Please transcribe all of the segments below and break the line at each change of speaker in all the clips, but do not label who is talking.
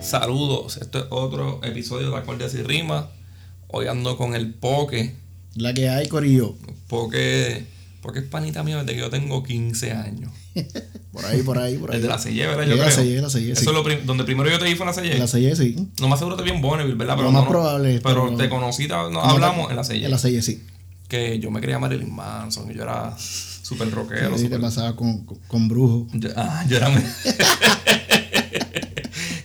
Saludos, esto es otro episodio de Acordes y Rimas. Hoy ando con el Poke.
La que hay, Corillo.
Poke, Poke es panita mío desde que yo tengo 15 años.
Por ahí, por ahí, por ahí.
Desde la Selle, ¿verdad?
Sí,
Yo
Pues, la
creo.
Selle, la Selle,
Eso
sí.
es lo prim- donde primero yo te vi fue en la Selle.
La Selle, sí.
No más seguro te vi en Bonneville, ¿verdad?
Lo más
no-
probable,
Pero
pero-
te conocí, ta- no, hablamos en la E. Selle.
En la Selle, sí.
Que yo me creía Marilyn Manson, y yo era súper rockero.
Y te
súper-
pasaba con, con, con brujo.
Yo, ah, yo era medio.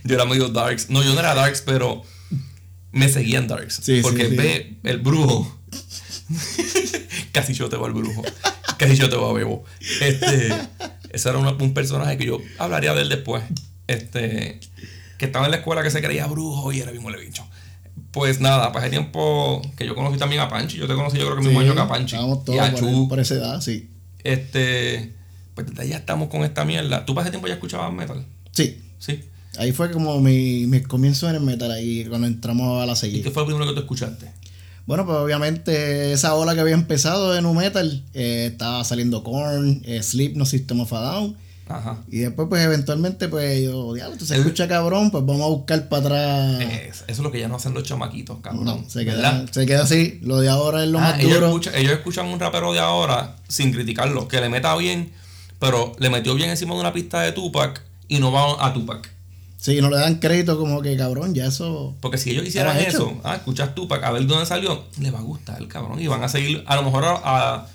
yo era medio darks. No, yo no era darks, pero me seguían darks.
Sí, sí,
porque
sí.
ve el brujo. Casi yo te voy al brujo. Casi yo te voy a bebo. Este, ese era una- un personaje que yo hablaría de él después. Este, que estaba en la escuela que se creía brujo y era bien huele bicho. Pues nada, para ese tiempo que yo conocí también a Panchi. Yo te conocí, yo creo que mi mismo año que a Panchi.
Estábamos
y
todos
a
por,
Chu.
por esa edad, sí.
Este. Pues desde ahí ya estamos con esta mierda. Tú para ese tiempo ya escuchabas metal.
Sí.
Sí.
Ahí fue como mi, mis comienzos en el metal, ahí cuando entramos a la
¿Y
Selle.
qué fue lo primero que tú escuchaste?
Bueno, pues obviamente esa ola que había empezado de nu metal, eh, estaba saliendo Korn, eh, Slipknot, System of a Down.
Ajá.
Y después, pues eventualmente, pues yo, diablo, esto se
El- Eh,
escucha cabrón, pues vamos a buscar para atrás.
Es- eso es lo que ya no hacen los chamaquitos, cabrón.
No, se
Mm, ¿Verdad?
queda, se queda así. Lo de ahora es lo
Ah,
más
ellos,
duro.
escuchan, ellos escuchan un rapero de ahora sin criticarlo, que le meta bien, pero le metió bien encima de una pista de Tupac y no va a Tupac.
Sí, no le dan crédito como que cabrón, ya eso.
Porque si ellos hicieran
Estaba hecho.
eso, ah, escuchas Tupac, a ver dónde salió, les va a gustar, cabrón. Y van a seguir, a lo mejor a, a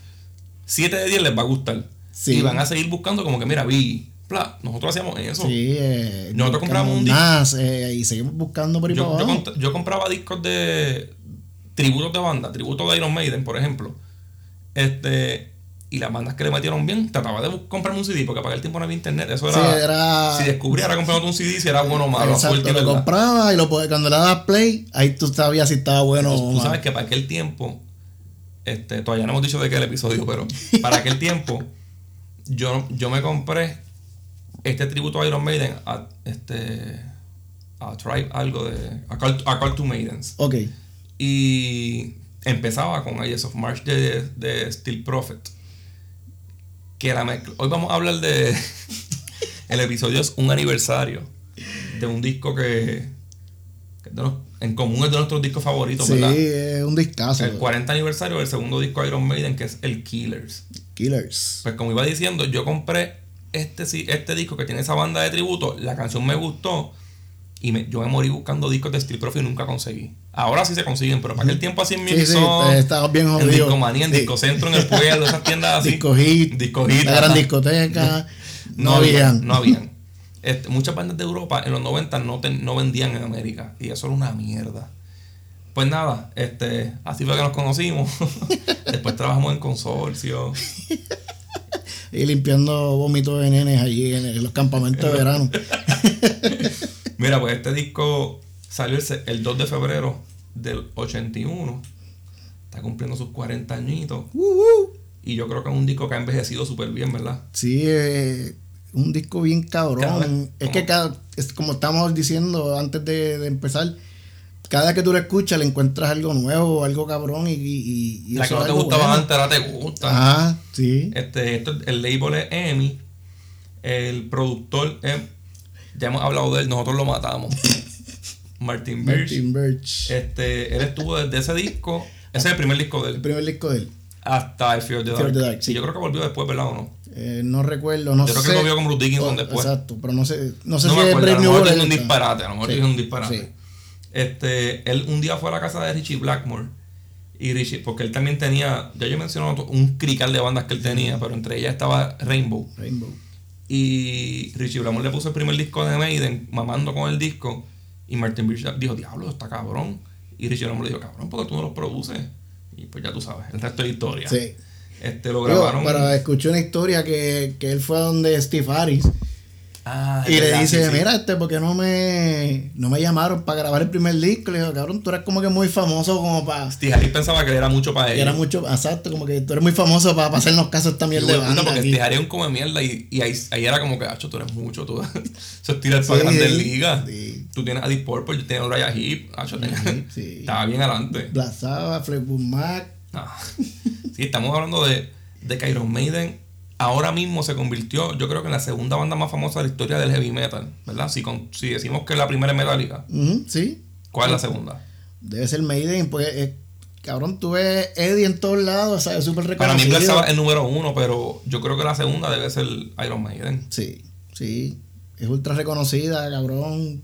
7 de 10 les va a gustar.
Sí.
Y van a seguir buscando como que, mira, vi, bla, nosotros hacíamos eso.
Sí, eh,
Nosotros compramos un disco.
más eh, y seguimos buscando por ahí para
Yo, yo
abajo.
cont- yo compraba discos de tributos de banda, tributos de Iron Maiden, por ejemplo. Este, y las bandas que le metieron bien, trataba de bus- comprarme un CD, porque para aquel tiempo no había internet. Eso era.
Sí, era-
Si descubriera comprando un CD, si era bueno o malo.
Exacto,
fuerte,
lo
¿verdad?
compraba y lo, po- cuando le dabas play, ahí tú sabías si estaba bueno o
Tú
mal.
sabes que para aquel tiempo, este, todavía no hemos dicho de qué el episodio, pero para aquel tiempo, yo, yo me compré este tributo a Iron Maiden, a, este, a Tribe, algo de. A Call, a Call to Maidens.
Ok,
Y empezaba con Ages of March de, de Steel Prophet. Que la mezcla- Hoy vamos a hablar de. el episodio es un aniversario de un disco que. que es de los- en común es de nuestros discos favoritos,
sí,
¿verdad?
es un discazo.
El 40 aniversario del segundo disco de Iron Maiden, que es El Killers.
Killers.
Pues como iba diciendo, yo compré este, si- este disco que tiene esa banda de tributo, la canción me gustó y me- yo me morí buscando discos de Steel Prophet y nunca conseguí. Ahora sí se consiguen, pero para aquel tiempo así en Pues, mi
Sí, sí, te- estabas bien
en
jodido.
Discomanía, en
Sí.
Disco Centro, en el pueblo, esas tiendas así.
Disco hit,
Disco hit,
la gran
ajá.
discoteca. No,
había-
habían.
No habían. Este, muchas bandas de Europa en los 90 no, ten- no vendían en América. Y eso era una mierda. Pues nada, este, así fue que nos conocimos. Después trabajamos en consorcio.
Y limpiando vómitos de nenes allí en, en los campamentos de verano.
Mira, pues este disco salió el, se- el 2 de febrero del 81. Está cumpliendo sus 40 añitos. Y yo creo que es un disco que ha envejecido súper bien, ¿verdad?
Sí, eh, un disco bien cabrón.
Cada-
es que cada, es como estamos diciendo antes de, de empezar, cada que tú lo escuchas le encuentras algo nuevo, algo cabrón y, y, y
La que
eso
no
es
te
algo
gustaba
bueno.
antes, ahora te gusta.
Ajá, sí.
Este, esto- el label es Emmy. El productor es. Ya hemos hablado de él, nosotros lo matamos. Martin Birch.
Martin Birch.
Este, él estuvo desde ese disco. Ese es el primer disco de
El
él.
primer disco de él.
Hasta el Fear of the Dark.
Fear of the Dark,
Sí,
sí.
yo creo que volvió después, ¿verdad o no?
Eh, no recuerdo, no
Yo
sé.
creo que lo vio con Bruce Dickinson
Oh,
después.
Exacto, pero no sé, no sé
No
si
me
es
acuerdo, a
Brave
lo
New
mejor
World.
dije un
esta.
disparate, a lo mejor
Sí,
dije un disparate.
sí.
Este, él un día fue a la casa de Richie Blackmore. Y Richie, porque él también tenía, ya yo he mencionado un crical de bandas que él tenía, pero entre ellas estaba Rainbow.
Rainbow.
Y Richie Blackmore le puso el primer disco de Maiden, mamando con el disco. Y Martin Birch dijo, diablo, está cabrón. Y Richie Blackmore le dijo, cabrón, porque tú no los produces. Y pues ya tú sabes, el resto es historia.
Sí.
Este, lo
Digo,
grabaron.
pero escuché una historia que, que él fue a donde Steve Harris.
Ah, es
Y le
verdad,
dice,
sí, sí.
mira, este, ¿por qué no me, no me llamaron para grabar el primer disco? Le digo, cabrón, tú eres como que muy famoso como para...
Steve Harris pensaba que era mucho para él.
Era mucho, exacto, como que tú eres muy famoso para, para hacernos caso a esta mierda de
Hijo de puta,
banda
porque
aquí".
este Arión come mierda y, y ahí, ahí era como que, hacho, tú eres mucho, tú. Eso es tirar para
Sí,
grandes
sí.
ligas.
Sí.
Tú tienes a Deep Purple, yo tenía a Uriah Heep, hacho, tenía-
Heep, sí.
estaba bien adelante.
Black Sabbath, Fleetwood Mac,
Ah. Sí, estamos hablando de, de que Iron Maiden ahora mismo se convirtió, yo creo que en la segunda banda más famosa de la historia del heavy metal, ¿verdad? Si, con, si decimos que la primera es Metallica,
Ujú, sí.
¿cuál es la segunda?
Debe ser Maiden, pues eh, cabrón, tú ves Eddie en todos lados, o sea, es súper
Para mí Black
reconocido.
Sabbath es el número uno, pero yo creo que la segunda debe ser Iron Maiden.
Sí, sí. Es ultra reconocida, cabrón.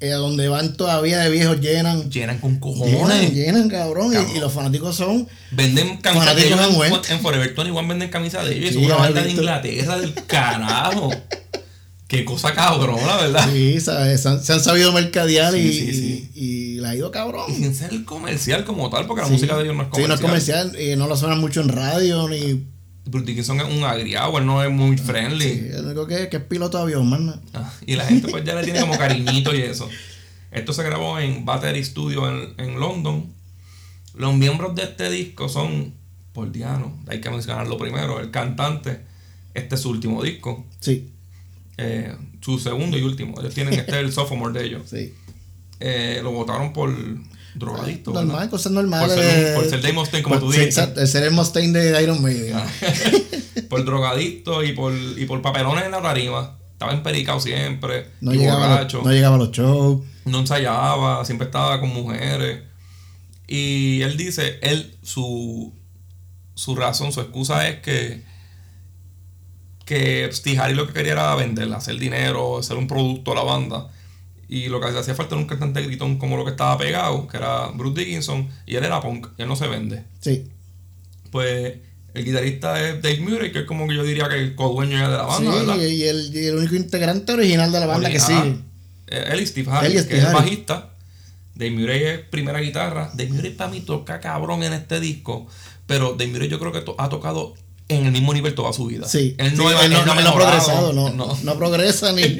Eh, a donde van todavía de viejos llenan.
Llenan con
Llenan,
cojones.
llenan, cabrón. y-
Cabrón.
Y, los fanáticos son.
Venden camisas
Fanáticos
de ellos
han
en-
vuelto.
en, Forever 21 venden camisas de ellos. es
Sí,
una
ya lo he
banda de
visto.
Inglaterra del carajo. Qué cosa cabrona, ¿verdad?
Sí, sabes, se han, se han sabido mercadear
Sí,
y,
sí, sí.
y- y la ha ido cabrón.
Sin ser comercial como tal, porque la
Sí.
música de ellos no es
Sí, no
comercial.
es comercial, eh, no lo suenan mucho en radio ni.
Bruce Dickinson es un agriado, él no es muy friendly.
Sí, es eh, lo único que, que es piloto de avión, man.
Ah, y la gente pues ya le tiene como cariñito y eso. Esto se grabó en Battery Studio en, en London. Los miembros de este disco son por Diano, hay que mencionarlo primero, el cantante, este es su último disco,
Sí,
eh, su segundo y último. Ellos tienen este es el sophomore de ellos.
sí.
Eh, lo votaron por drogadicto. ¿verdad?
Ah, Normal, cosas
Por
normales.
ser,
de-
por ser Dave Mustaine, como
por-
tú
sí,
dijiste.
exacto, el ser el Mustaine de Iron Maiden.
Ah.
pues.
por drogadicto y por, y por papelones en la tarima. Estaba empericado siempre,
No,
y
llegaba, a
borracho.
los- no llegaba a los shows.
no ensayaba, siempre estaba con mujeres. Y él dice, él, su, su razón, su excusa es que, que Steve Harris lo que quería era venderla, hacer dinero, hacer un producto a la banda. Y lo que le hacía falta era un cantante gritón como lo que estaba pegado, que era Bruce Dickinson, y él era punk, y él no se vende.
Sí.
Pues el guitarrista es Dave Murray, que es como que yo diría que el codueño ya de la banda,
sí,
¿verdad? ah,
y, y el, y el único integrante original de la banda que
Ajá.
sigue.
Eh, Él y Steve Harris,
Él y
que
Steve
es el
Harris.
bajista. Dave Murray es primera guitarra. Dave Murray para mí toca cabrón en este disco. Pero Dave Murray yo creo que to- ha tocado en el mismo nivel toda su vida.
Sí.
Él no,
Sí,
ha- él no ha
no ha
mejorado,
progresado, no,
no.
no progresa ni.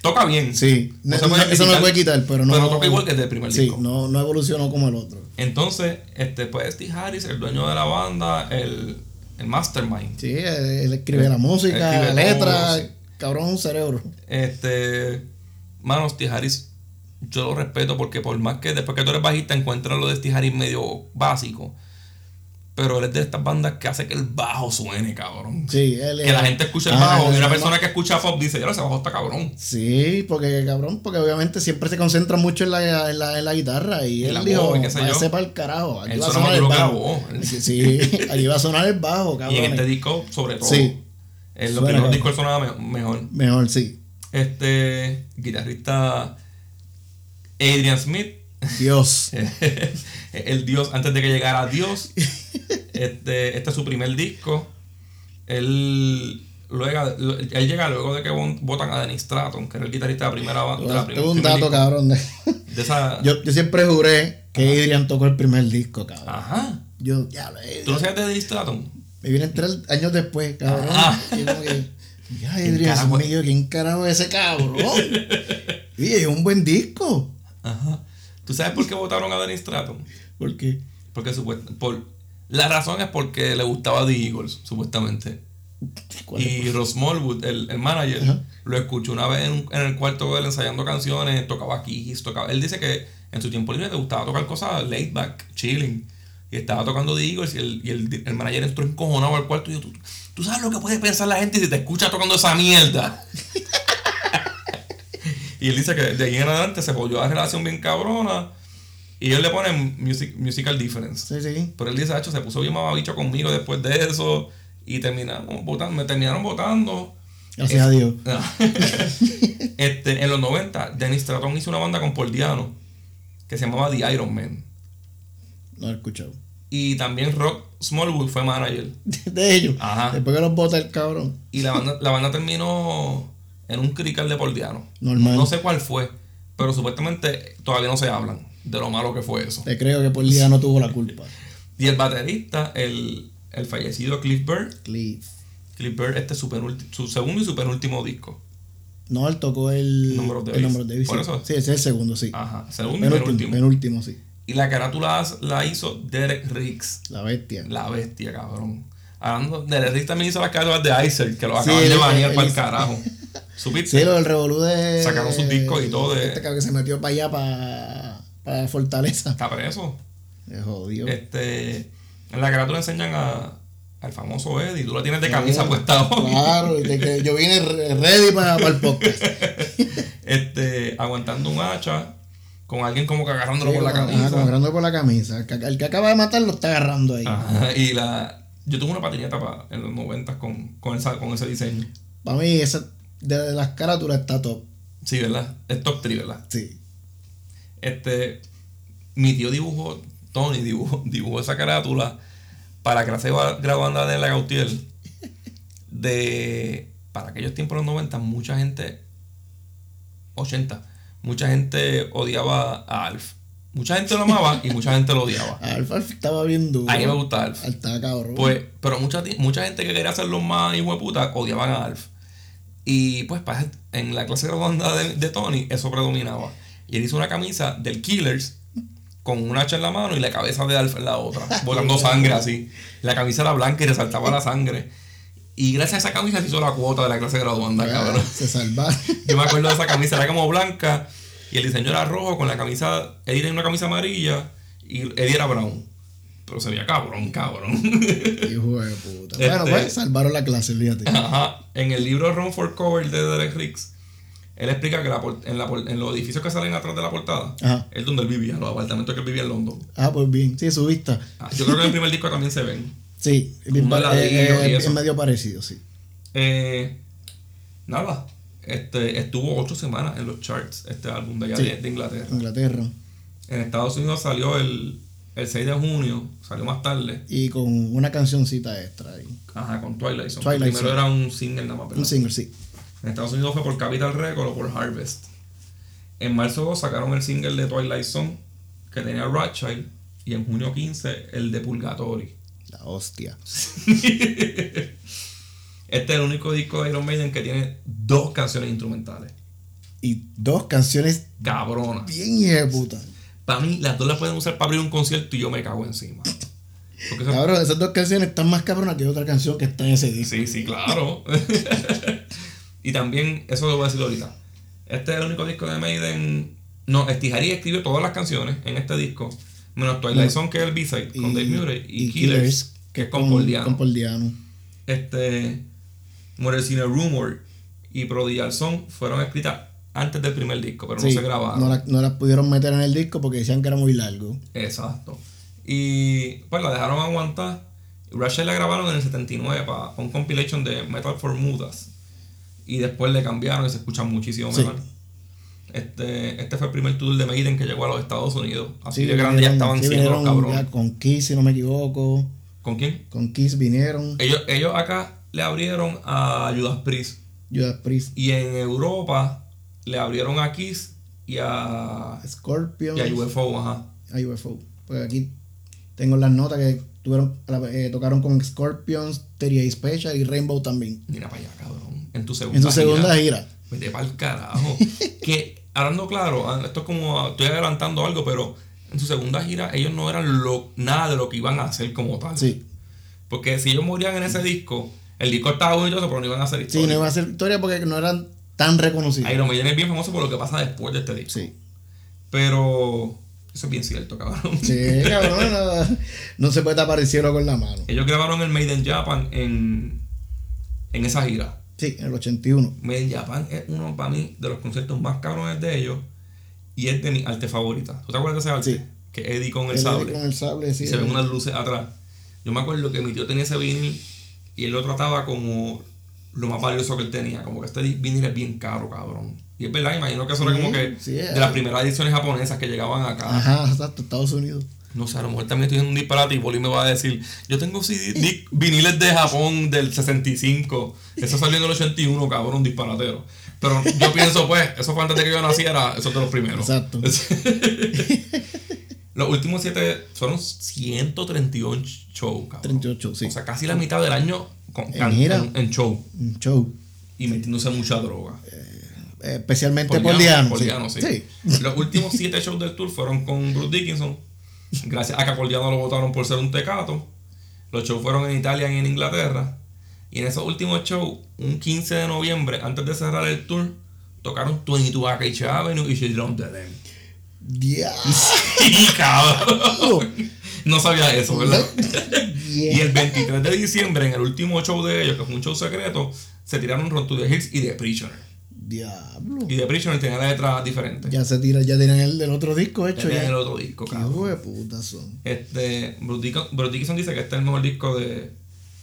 Toca bien.
Sí,
No se
no-
puede
eso no
criticar,
lo puede quitar, pero no.
Pero toca igual que desde el primer
Sí,
disco.
no, no evolucionó como el otro.
Entonces, este, pues Steve Harris, el dueño de la banda, el, el mastermind.
Sí, él, él escribe la música,
Escribe
la
todo,
letra,
sí.
cabrón, un cerebro.
Este. Mano, Steve Harris, yo lo respeto porque por más que después que tú eres bajista encuentras lo de Steve Harris medio básico. Pero él es de estas bandas que hace que el bajo suene, cabrón.
Sí, él
Que
es-
la gente escuche el
Ah,
bajo. Y
él
una
es-
persona que escucha pop dice, ya ese bajo está cabrón.
Sí, porque cabrón, porque obviamente siempre se concentra mucho en la, en la, en la guitarra y
En
él
la
dijo,
voz, y qué sé yo.
sepa el carajo, aquí
Él
va a
suena más
sonar el
duro que la
bajo.
voz.
Sí, allí va a sonar el bajo,
Y en
cabrón.
este disco, sobre todo.
Sí.
En los
Suena
primeros
cabrón.
discos él sonaba me- mejor.
Mejor, sí.
Este. Guitarrista Adrian Smith.
Dios.
el Dios, antes de que llegara Dios. Este, este es su primer disco. Él, luego, él llega luego de que votan a Dennis Stratton, que era el guitarrista de la primera banda. De, la primer-
Tengo un
primer
dato,
disco. Ah.
cabrón. de-
De esa.
Yo, yo siempre juré que Adrian tocó el primer disco, cabrón.
Ajá.
Yo, ya lo
Ah.
eh,
¿Tú no sabías de Dennis Stratton?
Me vienen tres años después, cabrón.
Ah.
Y como que, ya,
¿Quién
Adrián,
carajo es?
mío, ¿quién carajo es ese cabrón? Oye, es un buen disco.
Ajá. ¿Tú sabes por qué votaron a Dennis Stratton?
Porque,
Porque supuest- por La razón es porque le gustaba The Eagles, supuestamente.
¿cuál es?
Y Ross Smallwood, el, el manager,
Ajá.
lo escuchó una vez en, un- en el cuarto de él ensayando canciones, tocaba keys, tocaba... Él dice que en su tiempo libre le gustaba tocar cosas laid back, chilling. Y estaba tocando The Eagles y el, y el, el manager entró encojonado al cuarto y dijo, ¿Tú, tú sabes lo que puede pensar la gente si te escucha tocando esa mierda. y él dice que de ahí en adelante se volvió la relación bien cabrona. Y él le pone music- musical difference.
Sí, sí.
Pero él dice, "Acho, se puso bien mamabicho conmigo después de eso. Y terminaron votando, me terminaron votando.
Gracias a Dios.
este, en los 90, Dennis Stratton hizo una banda con Paul Diano que se llamaba The Iron Man.
No lo he escuchado.
Y también Rock Smallwood fue manager.
De ellos.
Ajá.
Después que los bota el cabrón.
Y la banda, la banda terminó en un crical de Paul Diano.
Normal.
No sé cuál fue, pero supuestamente todavía no se hablan de lo malo que fue eso.
Te creo que por día no tuvo la culpa.
Y el baterista, el, el fallecido Cliff Bird,
Cliff.
Cliff Bird, este es su, penulti- su segundo y su penúltimo disco.
No, él tocó el.
Number of the
el
Beast.
Number of the Beast,
Por
sí.
eso.
Sí, ese es el segundo, sí.
Ajá, segundo y
penúltimo,
penúltimo.
penúltimo, sí.
Y la carátula la hizo Derek Riggs,
La bestia.
la bestia, cabrón. Hablando, Derek Riggs también hizo las carátulas de Icer, que lo
Sí,
acaban de
él-
banear
él-
para el carajo. ¿Supiste?
Sí, lo del revolú de.
Sacaron sus discos y todo de-
Este cabrón que se metió para allá, para. Para Fortaleza.
Está preso.
Me jodió.
Este, en la carátula enseñan a, al famoso Eddie. Tú lo tienes de camisa puesta hoy.
Claro, de que yo vine re- ready para, para el podcast.
Este, aguantando un hacha con alguien como que agarrándolo por la
Ajá,
camisa.
como agarrando por la camisa. El que, el que acaba de matar lo está agarrando ahí.
Ajá, y la. Yo tuve una patineta pa- en los 90 con, con, esa- con ese diseño.
Para mí, esa de las carátulas está top.
Sí, ¿verdad? Es top 3, ¿verdad?
Sí.
Este. Mi tío dibujó, Tony dibujó, dibujó esa carátula para que la se va- grabando en la Gautier. De. Para aquellos tiempos, los 90, mucha gente. 80. Mucha gente odiaba a Alf. Mucha gente lo amaba y mucha gente lo odiaba.
Alfa Alfa estaba bien duro.
A mí me gusta Alf.
Estaba cabrón.
Pues, pero mucha, ti- mucha gente que quería hacerlo más hijo de puta odiaban a Alf. Y pues pa- en la clase graduanda de, de Tony eso predominaba. Y él hizo una camisa del Killers con un hacha en la mano y la cabeza de Alf en la otra, botando sangre así. La camisa era blanca y resaltaba la sangre. Y gracias a esa camisa se hizo la cuota de la clase graduanda,
Ah,
cabrón.
Se salvaron.
Yo me acuerdo de esa camisa, era como blanca y el diseño era rojo con la camisa. Eddie tenía una camisa amarilla y Eddie era brown. Pero se veía cabrón, cabrón.
Hijo de puta.
Este-
Bueno, pues salvaron la clase, fíjate.
Ajá. En el libro Run for Cover de Derek Riggs, él explica que la por- en, la por- en los edificios que salen atrás de la portada,
Ajá.
es donde él vivía, los apartamentos que él vivía en London.
Ah, pues bien. Sí, su vista.
Ah, Yo creo que en el primer disco también se ven.
Sí, bien
un
pa- eh,
ladrillo y
eh,
eso.
es medio parecido, sí.
Eh, nada. Este, estuvo ocho semanas en los charts este álbum de allá
Sí.
de, de Inglaterra.
Inglaterra.
En Estados Unidos salió el, el 6 de junio, salió más tarde.
Y con una cancioncita extra. ahí.
Ajá, con Twilight Zone.
Twilight
Primero
Zone.
era un single nada más, ¿verdad?
Un single, sí.
En Estados Unidos fue por Capital Record o por Harvest. En marzo 2 sacaron el single de Twilight Zone que tenía Rothschild y en junio 15 el de Purgatory.
La hostia.
este es el único disco de Iron Maiden que tiene dos canciones instrumentales.
Y dos canciones
Cabronas.
bien hija de puta.
Para mí, las dos las pueden usar para abrir un concierto y yo me cago encima. Porque eso-
Cabrón, esas dos canciones están más cabronas que otra canción que está en ese disco.
Sí, sí, claro. y también, eso lo voy a decir ahorita. Este es el único disco de Maiden. No, Estijari escribe todas las canciones en este disco. Menos Twilight Zone, que es el B-side, con Dave Murray. Mm. Y, Killers, que es con Paul Diano.
Con Paul Diano.
Este. Morecine Rumor y Prodigal Song fueron escritas antes del primer disco, pero no
Sí,
se grabaron.
no la- no las pudieron meter en el disco porque decían que era muy largo.
Exacto. Y pues la dejaron aguantar. Rachel la grabaron en el 79 para un compilation de Metal for Mudas. Y después le cambiaron y se escucha muchísimo
Sí.
mejor. Este, este fue el primer tour de Maiden que llegó a los Estados Unidos. Así
Sí,
de grande ya
vinieron-
estaban
sí,
siendo los
vinieron
cabrones.
ya con Kiss, si no me equivoco.
¿Con quién?
Con Kiss vinieron.
Ellos, ellos acá le abrieron a Judas Priest.
Judas Priest,
Y en Europa le abrieron a Kiss y a,
Scorpion.
y a UFO. Ajá.
a UFO. Pues aquí tengo las notas que tuvieron, eh, tocaron con Scorpions, Terry Special y Rainbow también.
Mira para allá, cabrón. En tu segunda
En su
gira.
segunda gira.
Vete para el carajo. que, hablando claro, ah, esto es como. Estoy adelantando algo, pero en su segunda gira ellos no eran lo, nada de lo que iban a hacer como tal.
Sí.
Porque si ellos morían en ese disco, el disco estaba bonito, pero no iban a hacer
Sí, no
historia.
iba a ser victoria porque no eran tan reconocidos.
Iron Maiden es bien famoso por lo que pasa después de este disco.
Sí.
Pero. Eso es bien cierto, cabrón.
Sí, cabrón. No, no se puede tapar el cielo con la mano.
Ellos grabaron el Maiden Japan en. En esa gira.
Sí, en el 81.
Made in Japan es uno para mí de los conciertos más cabrones de ellos y es de mi arte favorita. ¿Tú te acuerdas de ese arte?
Sí.
Que Eddie con el,
Él
sable.
Con el sable, sí.
y se ven unas luces atrás. Yo me acuerdo que mi tío tenía ese vinil y él lo trataba como lo más valioso que él tenía. Como que este vinil es bien caro, cabrón. Y es verdad, imagino que eso era
Sí,
como que
sí, eh.
de
es.
las primeras ediciones japonesas que llegaban acá.
Ajá, exacto, Estados Unidos.
No sé, a lo mejor también estoy haciendo un disparate y Boli me va a decir, yo tengo CD di- viniles de Japón del 65, eso salió en el 81, cabrón, disparatero. Pero yo pienso, pues, eso fue antes de que yo naciera, eso es de los primeros.
Exacto.
los últimos siete fueron 131 shows, cabrón.
38, sí. Eh,
O sea, casi la mitad del año con-
En
can-
gira.
en, en show
Un show.
y metiéndose mucha droga.
Eh, Especialmente por
Poliano,
Diano.
Poliano, sí. Los últimos siete shows del tour fueron con Bruce Dickinson. Gracias a que a Poliano lo votaron por ser un tecato. Los shows fueron en Italia y en Inglaterra. Y en esos últimos shows, un 15 de noviembre, antes de cerrar el tour, tocaron 22 Acacia Avenue y She Drowned the Dam.
Diablo.
¡Sí, cabrón! No sabía eso, ¿verdad?
Yeah.
Y el 23 de diciembre, en el último show de ellos, que fue un show secreto, se tiraron Run to the Hills y The Prisoner.
Diablo.
Y The Prisoner tenía la letra diferente.
Ya se tira, ya tienen el del otro disco
Ya
hecho.
tenía
Ya.
el otro disco,
Qué
cabrón.
hijo de puta son.
Este, Bruce Dickinson Bruce Dickinson dice que este es el mejor disco de,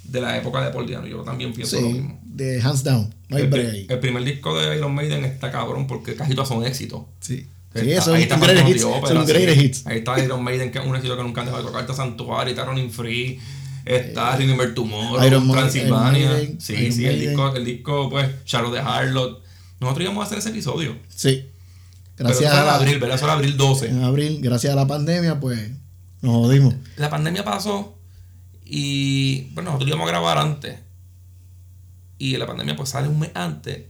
de la época de Paul Diano. Yo también pienso lo
Sí,
mismo.
de hands down. No hay
el, pri-
break ahí.
el primer disco de Iron Maiden está cabrón porque casi todos son éxitos.
Sí.
Ahí
Sí,
está-
son
ahí está
greatest
Phantom
hits.
of the Opera,
Son
sí.
greatest hits.
Ahí está Iron Maiden, que es un éxito que nunca han dejado de tocar. Está Santuario, está Running Free, está Remember Tomorrow,
Eh, Iron Ma-
Transylvania.
Iron Maiden,
sí,
Iron
sí, el
Maiden.
disco, el disco, pues, Charlotte de Harlot. Nosotros íbamos a hacer ese episodio.
Sí.
pero
Gracias
eso
a
era
la,
abril, ¿verdad? Eso era abril 12.
en abril, gracias a la pandemia, pues nos jodimos.
La pandemia pasó y, bueno, nosotros íbamos a grabar antes. Y la pandemia, pues, sale un mes antes.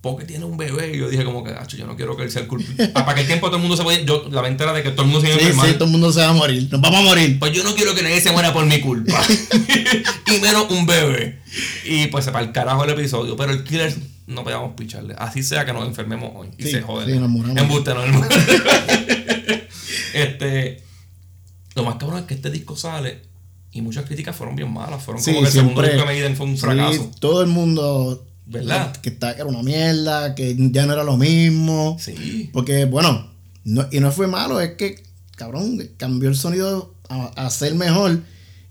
Porque tiene un bebé. Y yo dije, como que, "Acho, yo no quiero que él sea el culpable. Para aquel tiempo todo el mundo se podía. Yo, la ventana de que todo el mundo se iba a
Sí,
enfermar.
sí, todo el mundo se va a morir. Nos vamos a morir.
Pues yo no quiero que nadie se muera por mi culpa. y menos un bebé. Y pues para el carajo el episodio. Pero el killer no podíamos picharle. Así sea que nos enfermemos hoy. Y
Sí,
se joden.
sí, nos moramos.
Embuste, no, hermano. este. Lo más cabrón es que este disco sale. Y muchas críticas fueron bien malas. Fueron
Sí,
como que
siempre.
el segundo disco de Maiden fue un
Sí,
fracaso.
todo el mundo.
¿Verdad?
Que, está- que era una mierda, que ya no era lo mismo.
Sí.
Porque, bueno, no- y no fue malo, es que, cabrón, cambió el sonido a, a ser mejor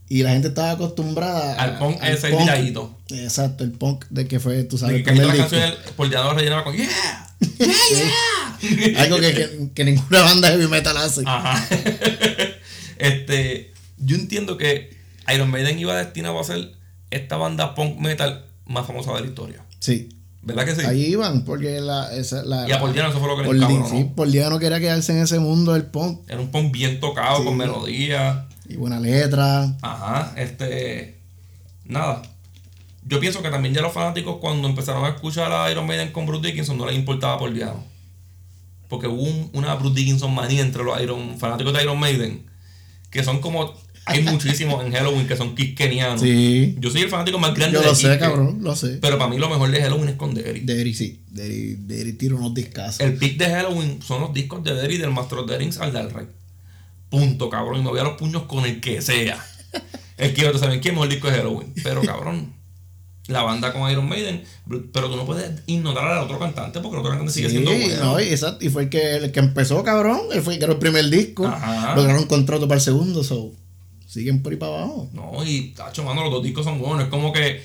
y la gente estaba acostumbrada a-
Al punk ese
Ah, punk.
tiradito.
Exacto, el punk de que fue, tú sabes,
Y
el
que casi
primer
todas las
disco.
canciones por ya no rellenaba con Yeah. Yeah, yeah.
Algo que, que- que ninguna banda heavy metal hace.
Ajá. este, yo entiendo que Iron Maiden iba destinado a ser esta banda punk metal más famosa de la historia.
Sí,
¿Verdad que sí?
ahí iban, porque la. Esa, la
y a Paul Diano eso fue lo que
Paul
le
Di-
encabronó.
sí, Paul Diano no quería quedarse en ese mundo del punk
Era un punk bien tocado,
Sí.
con melodía.
y buena letra.
Ajá, este... Nada. Yo pienso que también ya los fanáticos cuando empezaron a escuchar a Iron Maiden con Bruce Dickinson no les importaba Paul Diano. Porque hubo un- una Bruce Dickinson manía entre los Iron, fanáticos de Iron Maiden. Que son como... Hay muchísimos en Halloween que son kiskenianos.
Sí,
Yo soy el fanático más grande
yo
de
lo sé,
Quique,
cabrón, lo sé.
Pero para mí lo mejor de Halloween es con Derry.
Derry sí, Derry, Derry tiró unos discazos.
El pick de Halloween son los discos de Derry del Master of the Rings al del Rey. Punto, cabrón. Y me voy a los puños con el que sea. Es que otros saben que el mejor disco de Halloween. Pero, cabrón, la banda con Iron Maiden. Pero tú no puedes ignorar al otro cantante porque el otro cantante sigue
Sí,
siendo bueno.
no, y, exacto, y fue el que, el que empezó, cabrón. Él fue el que era el primer disco.
Ajá.
Lograron un contrato para el segundo, so. Siguen por ahí para abajo.
No, y tacho, mano, los dos discos son buenos. Es como que.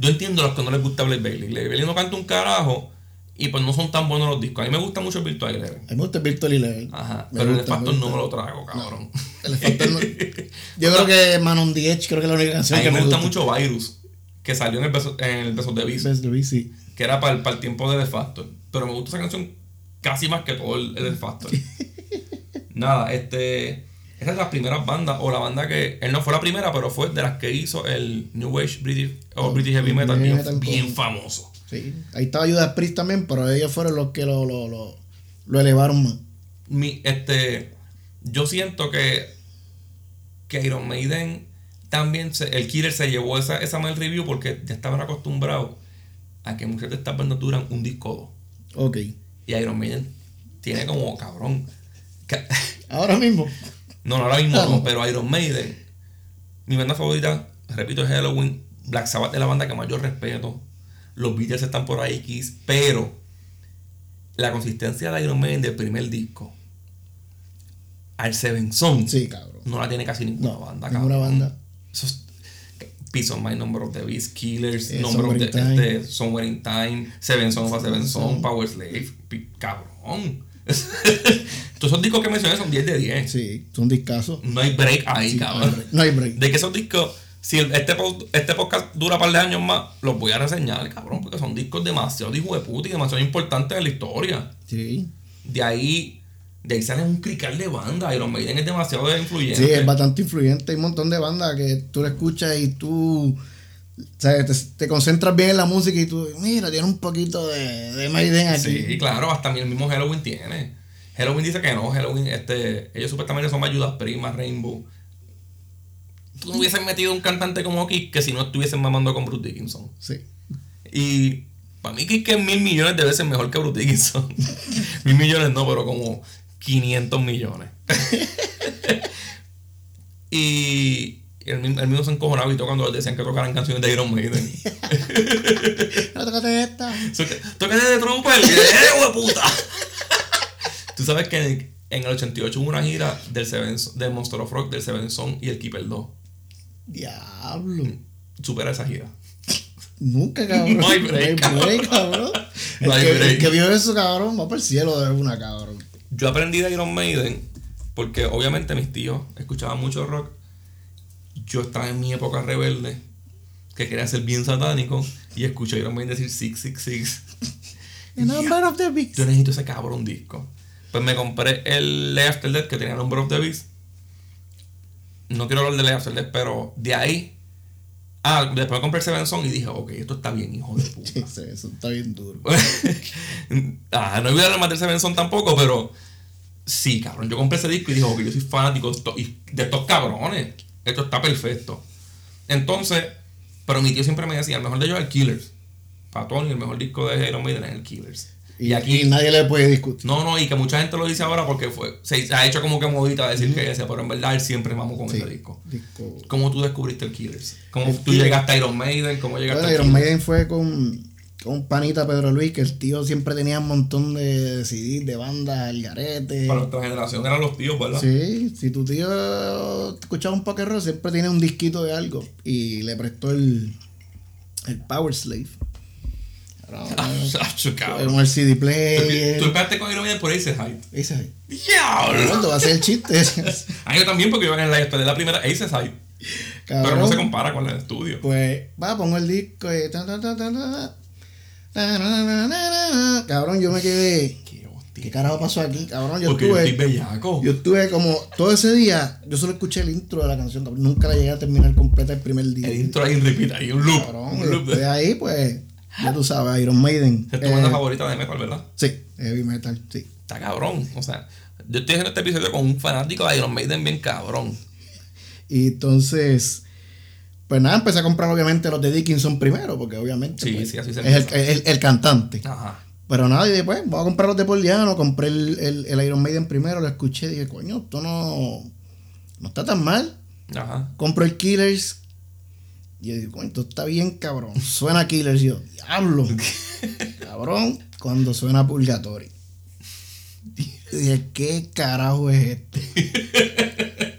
Yo entiendo a los que no les gusta Blake Bailey. Blake Bailey no canta un carajo. Y pues no son tan buenos los discos. A mí me gusta mucho el Virtual Eleven.
A mí me gusta el Virtual Eleven.
Ajá.
Me
pero el
gusta, me
factor no
gusta.
me lo trago, cabrón.
El Factor no- Yo creo que Man on the Edge, creo que es la única
A
canción
mí
que
me gusta mucho Virus, que salió en el beso, en el Besos de Beast,
Best Luis, sí.
que era para el, para el tiempo de The Factor. Pero me gusta esa canción casi más que todo el, el The Factor. Nada, este. Esa es la primera banda, o la banda que. Él no fue la primera, pero fue de las que hizo el New Age British, o
Oh,
British Heavy Metal,
Heavy
bien,
Metal
bien
con-
famoso.
Sí. Ahí estaba Judas Priest también, pero ellos fueron los que lo, lo, lo, lo elevaron más.
mi, este, yo siento que, que Iron Maiden también, se- el Killer se llevó esa, esa mal review porque ya estaban acostumbrados a que muchas de estas bandas duran un disco o dos.
Ok.
Y Iron Maiden tiene como cabrón. ca-
Ahora mismo.
No, no ahora mismo no,
Claro.
pero Iron Maiden, mi banda favorita, repito, es Halloween. Black Sabbath es la banda que más yo respeto. Los Beatles están por ahí, Kiss, pero la consistencia de Iron Maiden del primer disco al Seven Son
Sí, cabrón.
no la tiene casi ninguna
No,
banda,
ninguna
cabrón.
banda.
Eso es- Peace on Mind, Number of the Beast, Killers,
Eh,
Number of the
Somewhere in Time.
este, Somewhere in Time, Seven Son of a Seven Son, Power Slave, pi- cabrón. Todos esos discos que mencioné son 10 de 10.
Sí, son discazos.
No hay break ahí, cabrón.
No hay break.
De que esos discos, si el- este, pod- este podcast dura un par de años más, los voy a reseñar, cabrón, porque son discos demasiado hijo de puta y demasiado importantes en la historia.
Sí.
De ahí, de ahí sale un crical de banda. Iron Maiden es demasiado influyente.
Sí, es bastante influyente. Hay un montón de bandas que tú la escuchas y tú ¿sabes? Te, te concentras bien en la música y tú, mira, tiene un poquito de, de Maiden aquí.
Sí, claro, hasta el mismo Halloween tiene. Halloween dice que no, Halloween, este, ellos supuestamente son ayudas primas, Rainbow. Tú no hubiesen metido un cantante como Kiss que si no estuviesen mamando con Bruce Dickinson.
Sí.
Y para mí Kike es mil millones de veces mejor que Bruce Dickinson. mil millones no, pero como 500 millones. Y el mismo, él mismo se encojonaba y todo cuando le decían que tocaran canciones de Iron Maiden.
No tócate esta.
So que- Tócate de Trooper, y de, ¡eh, hueputa! Tú sabes que en el, en el 88 hubo una gira del, Seven, del Monster of Rock, del Seven Son y el Keeper 2.
Diablo.
Supera esa gira.
Nunca, cabrón.
No hay break,
No hay break, cabrón.
No
el,
hay
que,
break.
el que vio eso, cabrón, va para el cielo de una, cabrón.
Yo aprendí de Iron Maiden porque obviamente mis tíos escuchaban mucho rock. Yo estaba en mi época rebelde, que quería ser bien satánico, y escuché a Iron Maiden decir 666.
The number of the beast.
Yo necesito ese cabrón disco. Pues me compré el Lay After Death que tenía Number of the Beast. No quiero hablar de Lay After Death, pero de ahí. Ah, después me compré el Seven Son y dije, ok, esto está bien, hijo de puta.
Sí, sí, eso está bien duro.
ah, no voy a hablar más del Seven Son tampoco, pero sí, cabrón. Yo compré ese disco y dije, ok, yo soy fanático de esto- y- de estos cabrones. Esto está perfecto. Entonces, pero mi tío siempre me decía, el mejor de ellos es el Killers. Para Tony, el mejor disco de Iron Maiden es el Killers.
Y, aquí nadie le puede discutir.
No, no, y que mucha gente lo dice ahora porque fue, se ha hecho como que modita decir que ese, pero en verdad él siempre vamos con
Sí.
ese disco.
Disco.
¿Cómo tú descubriste el Killers? ¿Cómo
El
tú
Killers.
llegaste a Iron Maiden? ¿Cómo llegaste
Bueno,
al
Iron
Killers?
Maiden fue con, con un panita Pedro Luis, que el tío siempre tenía un montón de CDs, de bandas, al garete.
Para nuestra generación eran los tíos, ¿verdad?
Sí, si tu tío escuchaba un poker rock, siempre tiene un disquito de algo. Y le prestó el, el Power Slave. Era un-
Ah, chacho,
era
cabrón.
un CD player.
Tú empezaste con Iron Maiden por Ace Height.
Dice, "Ay,
¡Diablo!
¿cuándo va a ser el chiste?
Ah, yo también porque yo en la historia de la primera Ace Height. Pero no se
Cabrón,
compara con la de estudio.
pues va, pongo el disco y... ta, ta, ta, ta, ta. Ta, na, na, na, na, na. Cabrón, yo me quedé...
Qué
¿Qué
hostia.
carajo pasó aquí? Cabrón, yo
Porque yo estoy
estuve...
bellaco.
Yo estuve como todo ese día, yo solo escuché el intro de la canción, cabrón. nunca la llegué a terminar completa el primer día.
El intro ahí en repeat, ahí un loop.
Cabrón,
un loop.
después de ahí, pues, ya tú sabes, Iron Maiden.
Es tu
Eh,
banda favorita de metal, ¿verdad?
Sí, heavy metal, sí.
Está cabrón. O sea, yo estoy haciendo este episodio con un fanático de Iron Maiden bien cabrón.
Y entonces, pues nada, empecé a comprar obviamente los de Dickinson primero, porque obviamente
Sí,
pues,
sí, así se Ah.
es el,
empieza.
el- el cantante.
Ajá.
Pero nada, y después, voy a comprar los de Paul Diano, compré el, el- el Iron Maiden primero, lo escuché, dije, coño, esto no, no está tan mal.
Ajá.
Compro el Killers. Y yo digo, coño, esto está bien, cabrón. Suena Killers. Y yo, diablo. cabrón, cuando suena Purgatory. Y dije, ¿qué carajo es esto?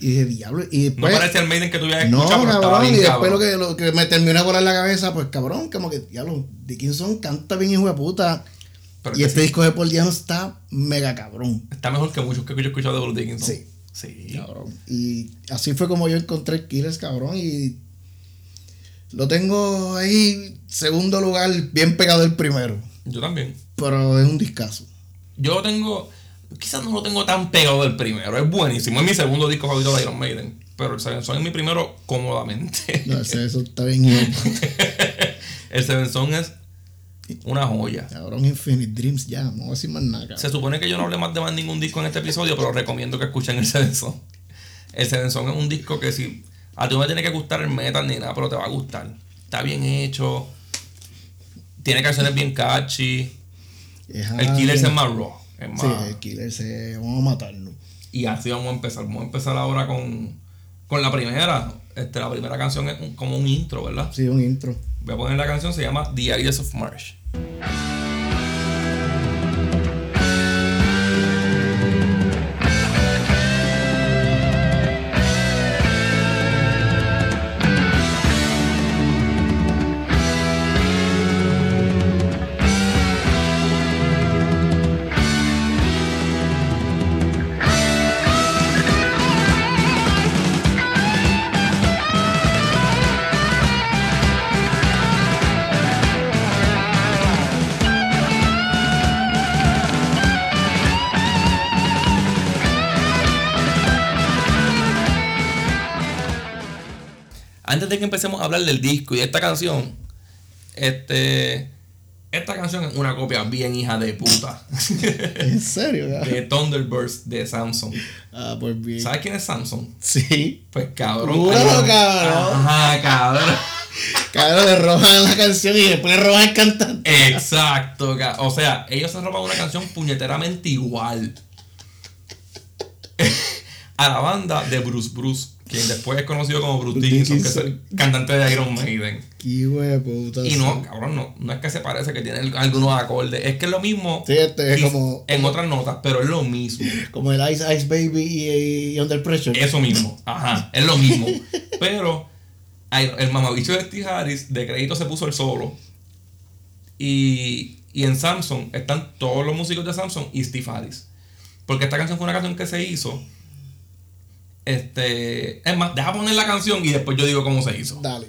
Y dije, diablo. Y
No
después.
parece el Maiden que tú ya
Pues, No,
escuchado, pero estaba
cabrón, y
bien cabrón.
después Lo, que, lo que me terminó de volar la cabeza, pues cabrón, como que, diablo, Dickinson canta bien, hijo de puta.
Pero
y
es que
este disco de Paul Diano está mega cabrón.
sí, está mejor que muchos que yo he escuchado de Bruce Dickinson.
Sí.
Sí.
Cabrón. Y así fue como yo encontré el Killers, cabrón. Y lo tengo ahí, segundo lugar, bien pegado el primero.
Yo también.
Pero es un discazo.
Yo lo tengo. Quizás no lo tengo tan pegado del primero. Es buenísimo. Es mi segundo disco favorito de Iron Maiden. Pero el Seven Son es mi primero cómodamente.
No, ese- eso está bien. hielo.
el Seven Son es una joya.
Cabrón, Infinite Dreams, ya, no voy a decir más nada. cabrón.
Se supone que yo no hablé más de más ningún disco en este episodio, pero recomiendo que escuchen el Seven Son. El Seven Son es un disco que si a ti no te tiene que gustar el metal ni nada, pero te va a gustar. Está bien hecho. Tiene canciones bien catchy.
Es
El Killer es
algo.
más raw. es más-
Ah, Sí, el Killers es. Vamos a matarlo.
Y así vamos a empezar. Vamos a empezar ahora con, con la primera. Este, la primera canción es un- como un intro, ¿verdad?
Sí, un intro.
Voy a poner la canción, se llama The Ideas of March. Antes de que empecemos a hablar del disco y de esta canción, este. Esta canción es una copia bien hija de puta
En serio, cabrón?
de Thunderbirds de Samsung.
Ah, pues bien.
¿Sabes quién es Samsung?
Sí.
Pues cabrón.
Júralo,
Ay,
cabrón.
Ajá, cabrón.
Cabrón, le roban la canción y después le roban el cantante.
Exacto, ca- o sea, ellos se roban una canción puñeteramente igual a la banda de Bruce Bruce. quien después es conocido como Bruce Dickinson, que es el cantante de Iron Maiden.
Qué güey, puta.
Y no, cabrón, no, no es que se parece que tiene el- algunos acordes, es que es lo mismo
Sí, este es
y-
como,
en otras notas, pero es lo mismo.
como el Ice Ice Baby y, y Under Pressure.
Eso mismo, ajá, es lo mismo. Pero ay, el mamabicho de Steve Harris de crédito se puso el solo. Y, y en Samsung están todos los músicos de Samsung y Steve Harris. Porque esta canción fue una canción que se hizo. Este, es más, deja poner la canción y después yo digo cómo se hizo.
Dale.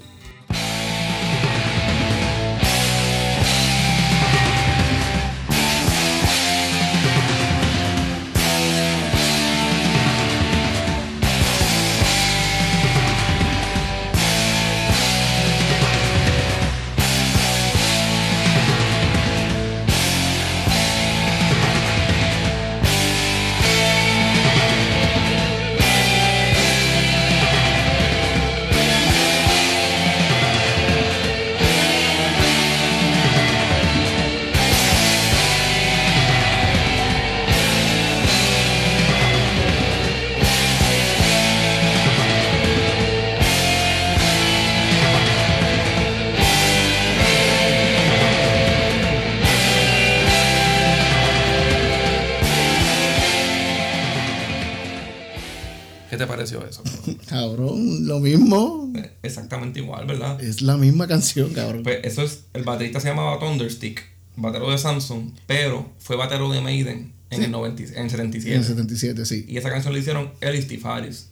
¿Qué te pareció eso? cabrón?
Cabrón, lo mismo.
Eh, Exactamente igual, ¿verdad?
Es la misma canción, cabrón.
Pues eso es, el baterista se llamaba Thunderstick, batero de Samsung, pero fue batero de Maiden en el 90, en el
En el
77.
77, sí.
Y esa canción la hicieron él y Steve Harris.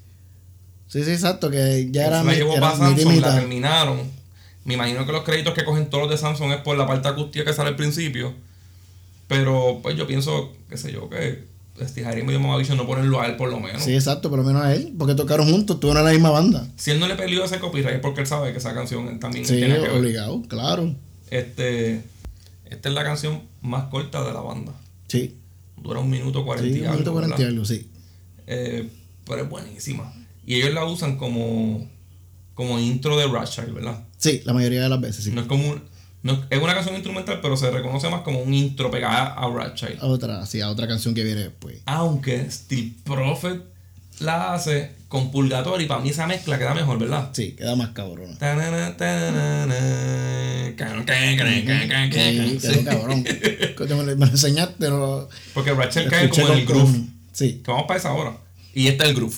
Sí, sí, exacto, que ya era
Se la
mi,
llevó
era
para
mi
Samsung, la
timita.
terminaron. Me imagino que los créditos que cogen todos los de Samsung es por la parte acústica que sale al principio. Pero pues yo pienso, qué sé yo, que Steve Harris me dio mamabicho no ponerlo a él por lo menos.
Sí, exacto, por lo menos a él, porque tocaron juntos, tuvieron la misma banda.
Si él no le peleó ese copyright es porque él sabe que esa canción también
Sí,
tiene que ver.
obligado, claro.
Este, esta es la canción más corta de la banda.
Sí,
Dura un minuto cuarenta
sí,
y
un
algo.
momento 40 y
¿verdad?
algo, sí.
Eh, pero es buenísima. Y ellos la usan como, como intro de Ratchet, ¿verdad?
Sí, la mayoría de las veces, sí.
No es como un- no- es una canción instrumental, pero se reconoce más como un intro pegada a Ratchet.
A otra, sí, a otra canción que viene pues, después.
Aunque Steel Prophet la hace con Purgatory, para mí esa mezcla queda mejor, ¿verdad?
Sí, queda más cabrona.
Tanana, tanana, can, can, can, can, can,
Sí,
can.
quedó
Ah, Sí.
cabrón. Coño, me, lo, me lo enseñaste, pero.
Porque Ratchet
lo
cae
escuché
como en el
con
groove.
Chrome. Sí,
Que vamos para esa hora. Y este es el groove.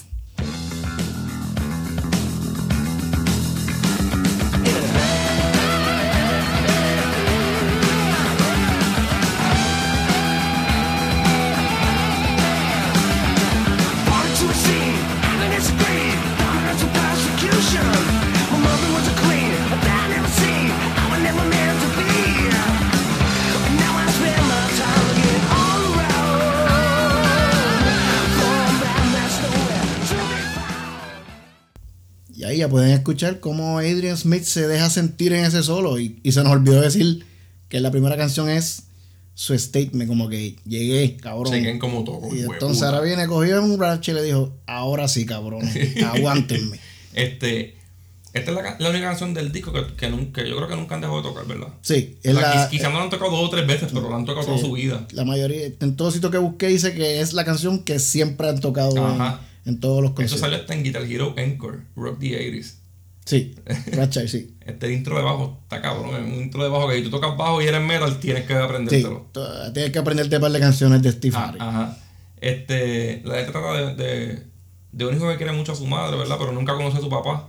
Hard to see, and in its green, darkness and persecution. My mother was a queen, but I never seen. I was never meant to be. And now I spend my time looking all around. Going back, that's nowhere to be found.
y ahí ya pueden escuchar cómo Adrian Smith se deja sentir en ese solo. Y, y se nos olvidó decir que la primera canción es su statement, como que llegué, cabrón.
Chequen como todo.
Y entonces ahora viene, cogió un Ratchet y le dijo, ahora sí, cabrón, aguántenme.
Este, esta es la, ca- la única canción del disco que, que nunca, yo creo que nunca han dejado de tocar, ¿verdad?
Sí, es
La,
la,
quiz- quizá no la han tocado dos o tres veces, pero la han tocado toda
Sí.
su vida.
la mayoría, en todo sitio que busqué dice que es la canción que siempre han tocado en-
Ajá.
en, todos los
Eso
conciertos.
salió hasta en Guitar Hero Encore, Rock the 80s.
Sí, Ratchet, sí.
Este intro de bajo está cabrón, es un intro de bajo que si tú tocas bajo y eres metal, tienes que
sí.
aprendértelo.
to- Tienes que aprenderte un par de canciones de Steve
Ah,
Harris.
ajá. Este, la letra trata de, de, de un hijo que quiere mucho a su madre, ¿verdad? Pero nunca conoce a su papá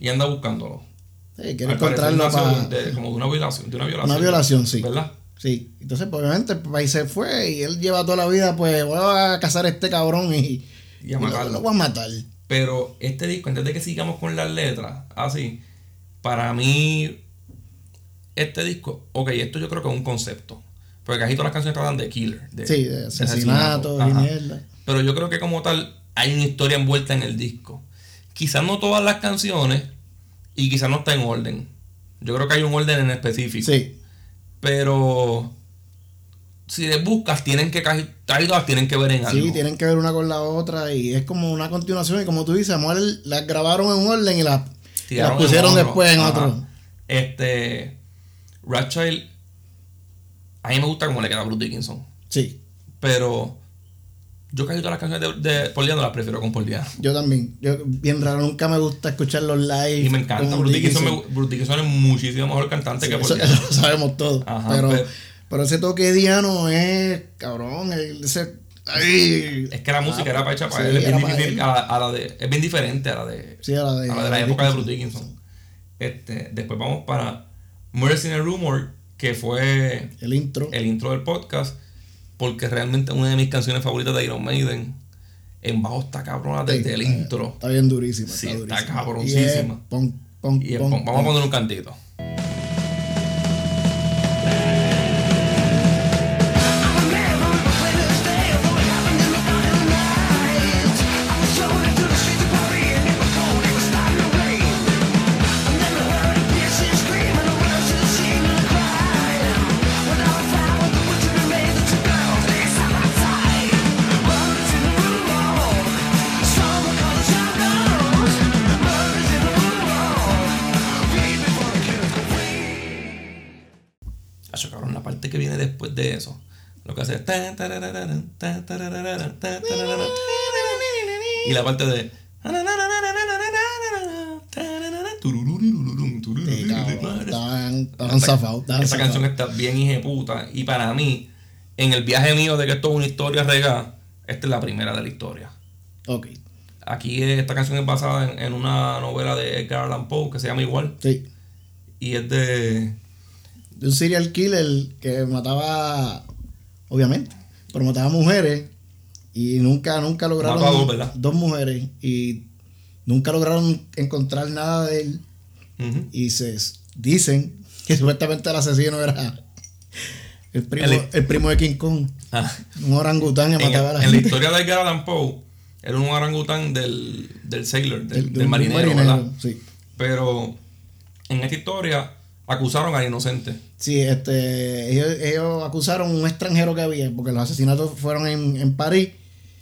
y anda buscándolo.
Sí, quiere
Al parecer
encontrarlo
nació
para...
de- como de una violación, de una violación.
Una violación, sí.
¿Verdad?
Sí, entonces pues, obviamente el país se fue y él lleva toda la vida, pues voy a cazar a este cabrón
Y
y,
a
y lo-
matarlo.
lo voy a matar.
Pero este disco, antes de que sigamos con las letras, así, para mí, este disco, ok, esto yo creo que es un concepto. Porque casi todas las canciones tratan de killer. De,
Sí, de asesinato, y
ajá.
mierda.
Pero yo creo que como tal, hay una historia envuelta en el disco. Quizás no todas las canciones y quizás no está en orden. Yo creo que hay un orden en específico.
Sí,
Pero si les buscas, tienen que casi, casi todas tienen que ver en algo.
Sí, tienen que ver una con la otra y es como una continuación. Y como tú dices, amor, las grabaron en un orden y las, y las
Tiraron
pusieron
otro.
después en
Ajá.
otro.
Este. Ratchild. A mí me gusta cómo le queda a Bruce Dickinson.
Sí,
Pero. Yo casi todas las canciones de, de Paul Diano las prefiero con Paul Diano.
Yo también. Yo, bien raro, nunca me gusta escuchar los live.
Y me encanta.
con
Bruce Dickinson,
Dickinson.
me- Bruce Dickinson es muchísimo mejor cantante que
Eso,
Paul
eso
Diano.
lo sabemos todos.
Ajá, pues.
pero,
pero-
pero ese toque diano es, cabrón. el- ese- ay.
Es que la música era para hecha para
Ah, Sí,
él. Es
era
bien,
para
difícil
él.
a la, a la de, es bien diferente a la de,
Sí, eh, a la de-
a la,
a
de
la
la
de
época de Bruce Dickinson. Este, después vamos para Murders in a Rumor, que fue
El intro.
el intro del podcast, porque realmente es una de mis canciones favoritas de Iron Maiden. En bajo está cabrona desde el
Está-
intro.
Está bien durísima.
Sí, está
durísima.
cabroncísima.
Y es pon- pon-
Y es-
pon-
vamos a poner un cantito. Acho, cabrón, la parte que viene después de eso. Lo que hace es. tan, tarararán, tan, tarararán, tan, tarararán. Y la parte de. tururururururun,
Sí, cabrón,
tururururururun.
Estaban estaban zafados. estaban
Esa
zafados.
canción está bien hijeputa. Y para mí, en el viaje mío de que esto es una historia regada, esta es la primera de la historia.
Ok.
Aquí eh, esta canción es basada en, en una novela de Edgar Allan Poe que se llama igual.
Sí.
Y es de.
de un serial killer que mataba, obviamente, pero mataba mujeres y nunca, nunca lograron.
Mató a dos, ¿verdad?
dos mujeres y nunca lograron encontrar nada de él.
Ujú.
Y se s- dicen que supuestamente el asesino era el primo,
El-
el primo de King Kong,
Ah.
un orangután que
en,
mataba a la
en la
gente.
historia de Edgar Allan Poe, era un orangután del, del sailor, del,
El-
del marinero, ¿verdad?
Sí.
Pero en esta historia acusaron al inocente.
Sí, este, ellos, ellos acusaron a un extranjero que había, porque los asesinatos fueron en, en París.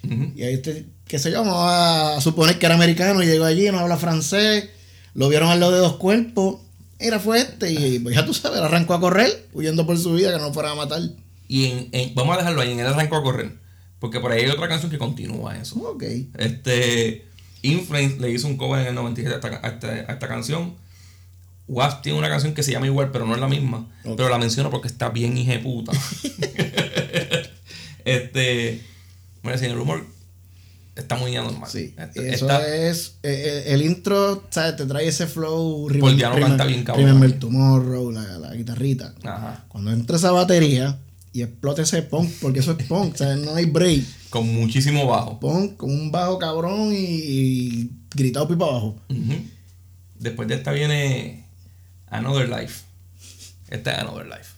Ujú.
Y ahí este, qué sé yo, vamos a suponer que era americano, y llegó allí, no habla francés, lo vieron al lado de dos cuerpos, era fuerte,
Ah.
y pues, ya tú sabes, él arrancó a correr, huyendo por su vida, que no lo fueran a matar.
Y en, en- vamos a dejarlo ahí, en él arrancó a correr. Porque por ahí hay otra canción que continúa eso.
Ok.
Este. Influence le hizo un cover en el 97 a esta, a esta- a esta canción. Wasp tiene una canción que se llama igual, pero no es la misma.
Ok.
Pero la menciono porque está bien hijeputa. este. Bueno, sin el rumor está muy anormal.
Sí,
Este-
eso
está-
es. eh, eh, el intro, ¿sabes? Te trae ese flow. Remem-
Volteano
Remem-
canta bien, cabrón.
Remember Tomorrow, la, la guitarrita.
Ajá.
Cuando entra esa batería y explota ese punk, porque eso es punk, ¿sabes? No hay break.
Con muchísimo bajo.
Punk con un bajo cabrón y, y gritado pipa abajo.
Ujú. Después de esta viene Another Life. Esta es Another Life.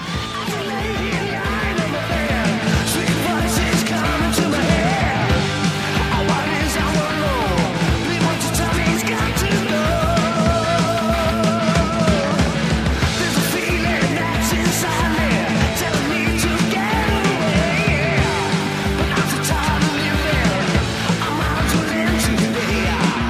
Yeah.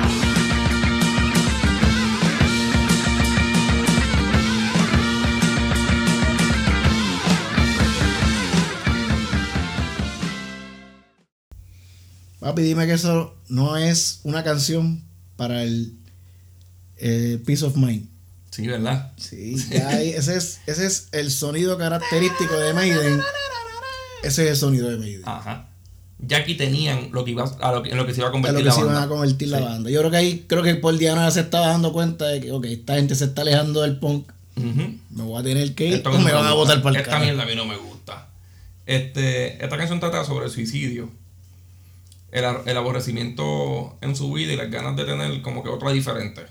Papi, dime que eso no es una canción para el, eh, Peace of Mind.
Sí, ¿verdad?
Sí, ya ahí- ese, es, ese es el sonido característico de Maiden. Ese es el sonido de Maiden.
Ajá. Ya aquí tenían lo que iba a lo que, en lo que se iba a
Es
Ah,
lo
convertir
que
la
se iban
banda.
a convertir la
Sí.
banda. Yo creo que ahí, creo que Paul Diana se estaba dando cuenta de que, ok, esta gente se está alejando del punk.
Ujú.
Me voy a tener que ir
Esto
o
que
me
no
van a
gusta.
votar para el
Esta
carajo.
mierda a mí no me gusta. Este, esta canción trata sobre el suicidio, el, ar- el aborrecimiento en su vida y las ganas de tener como que otra diferente.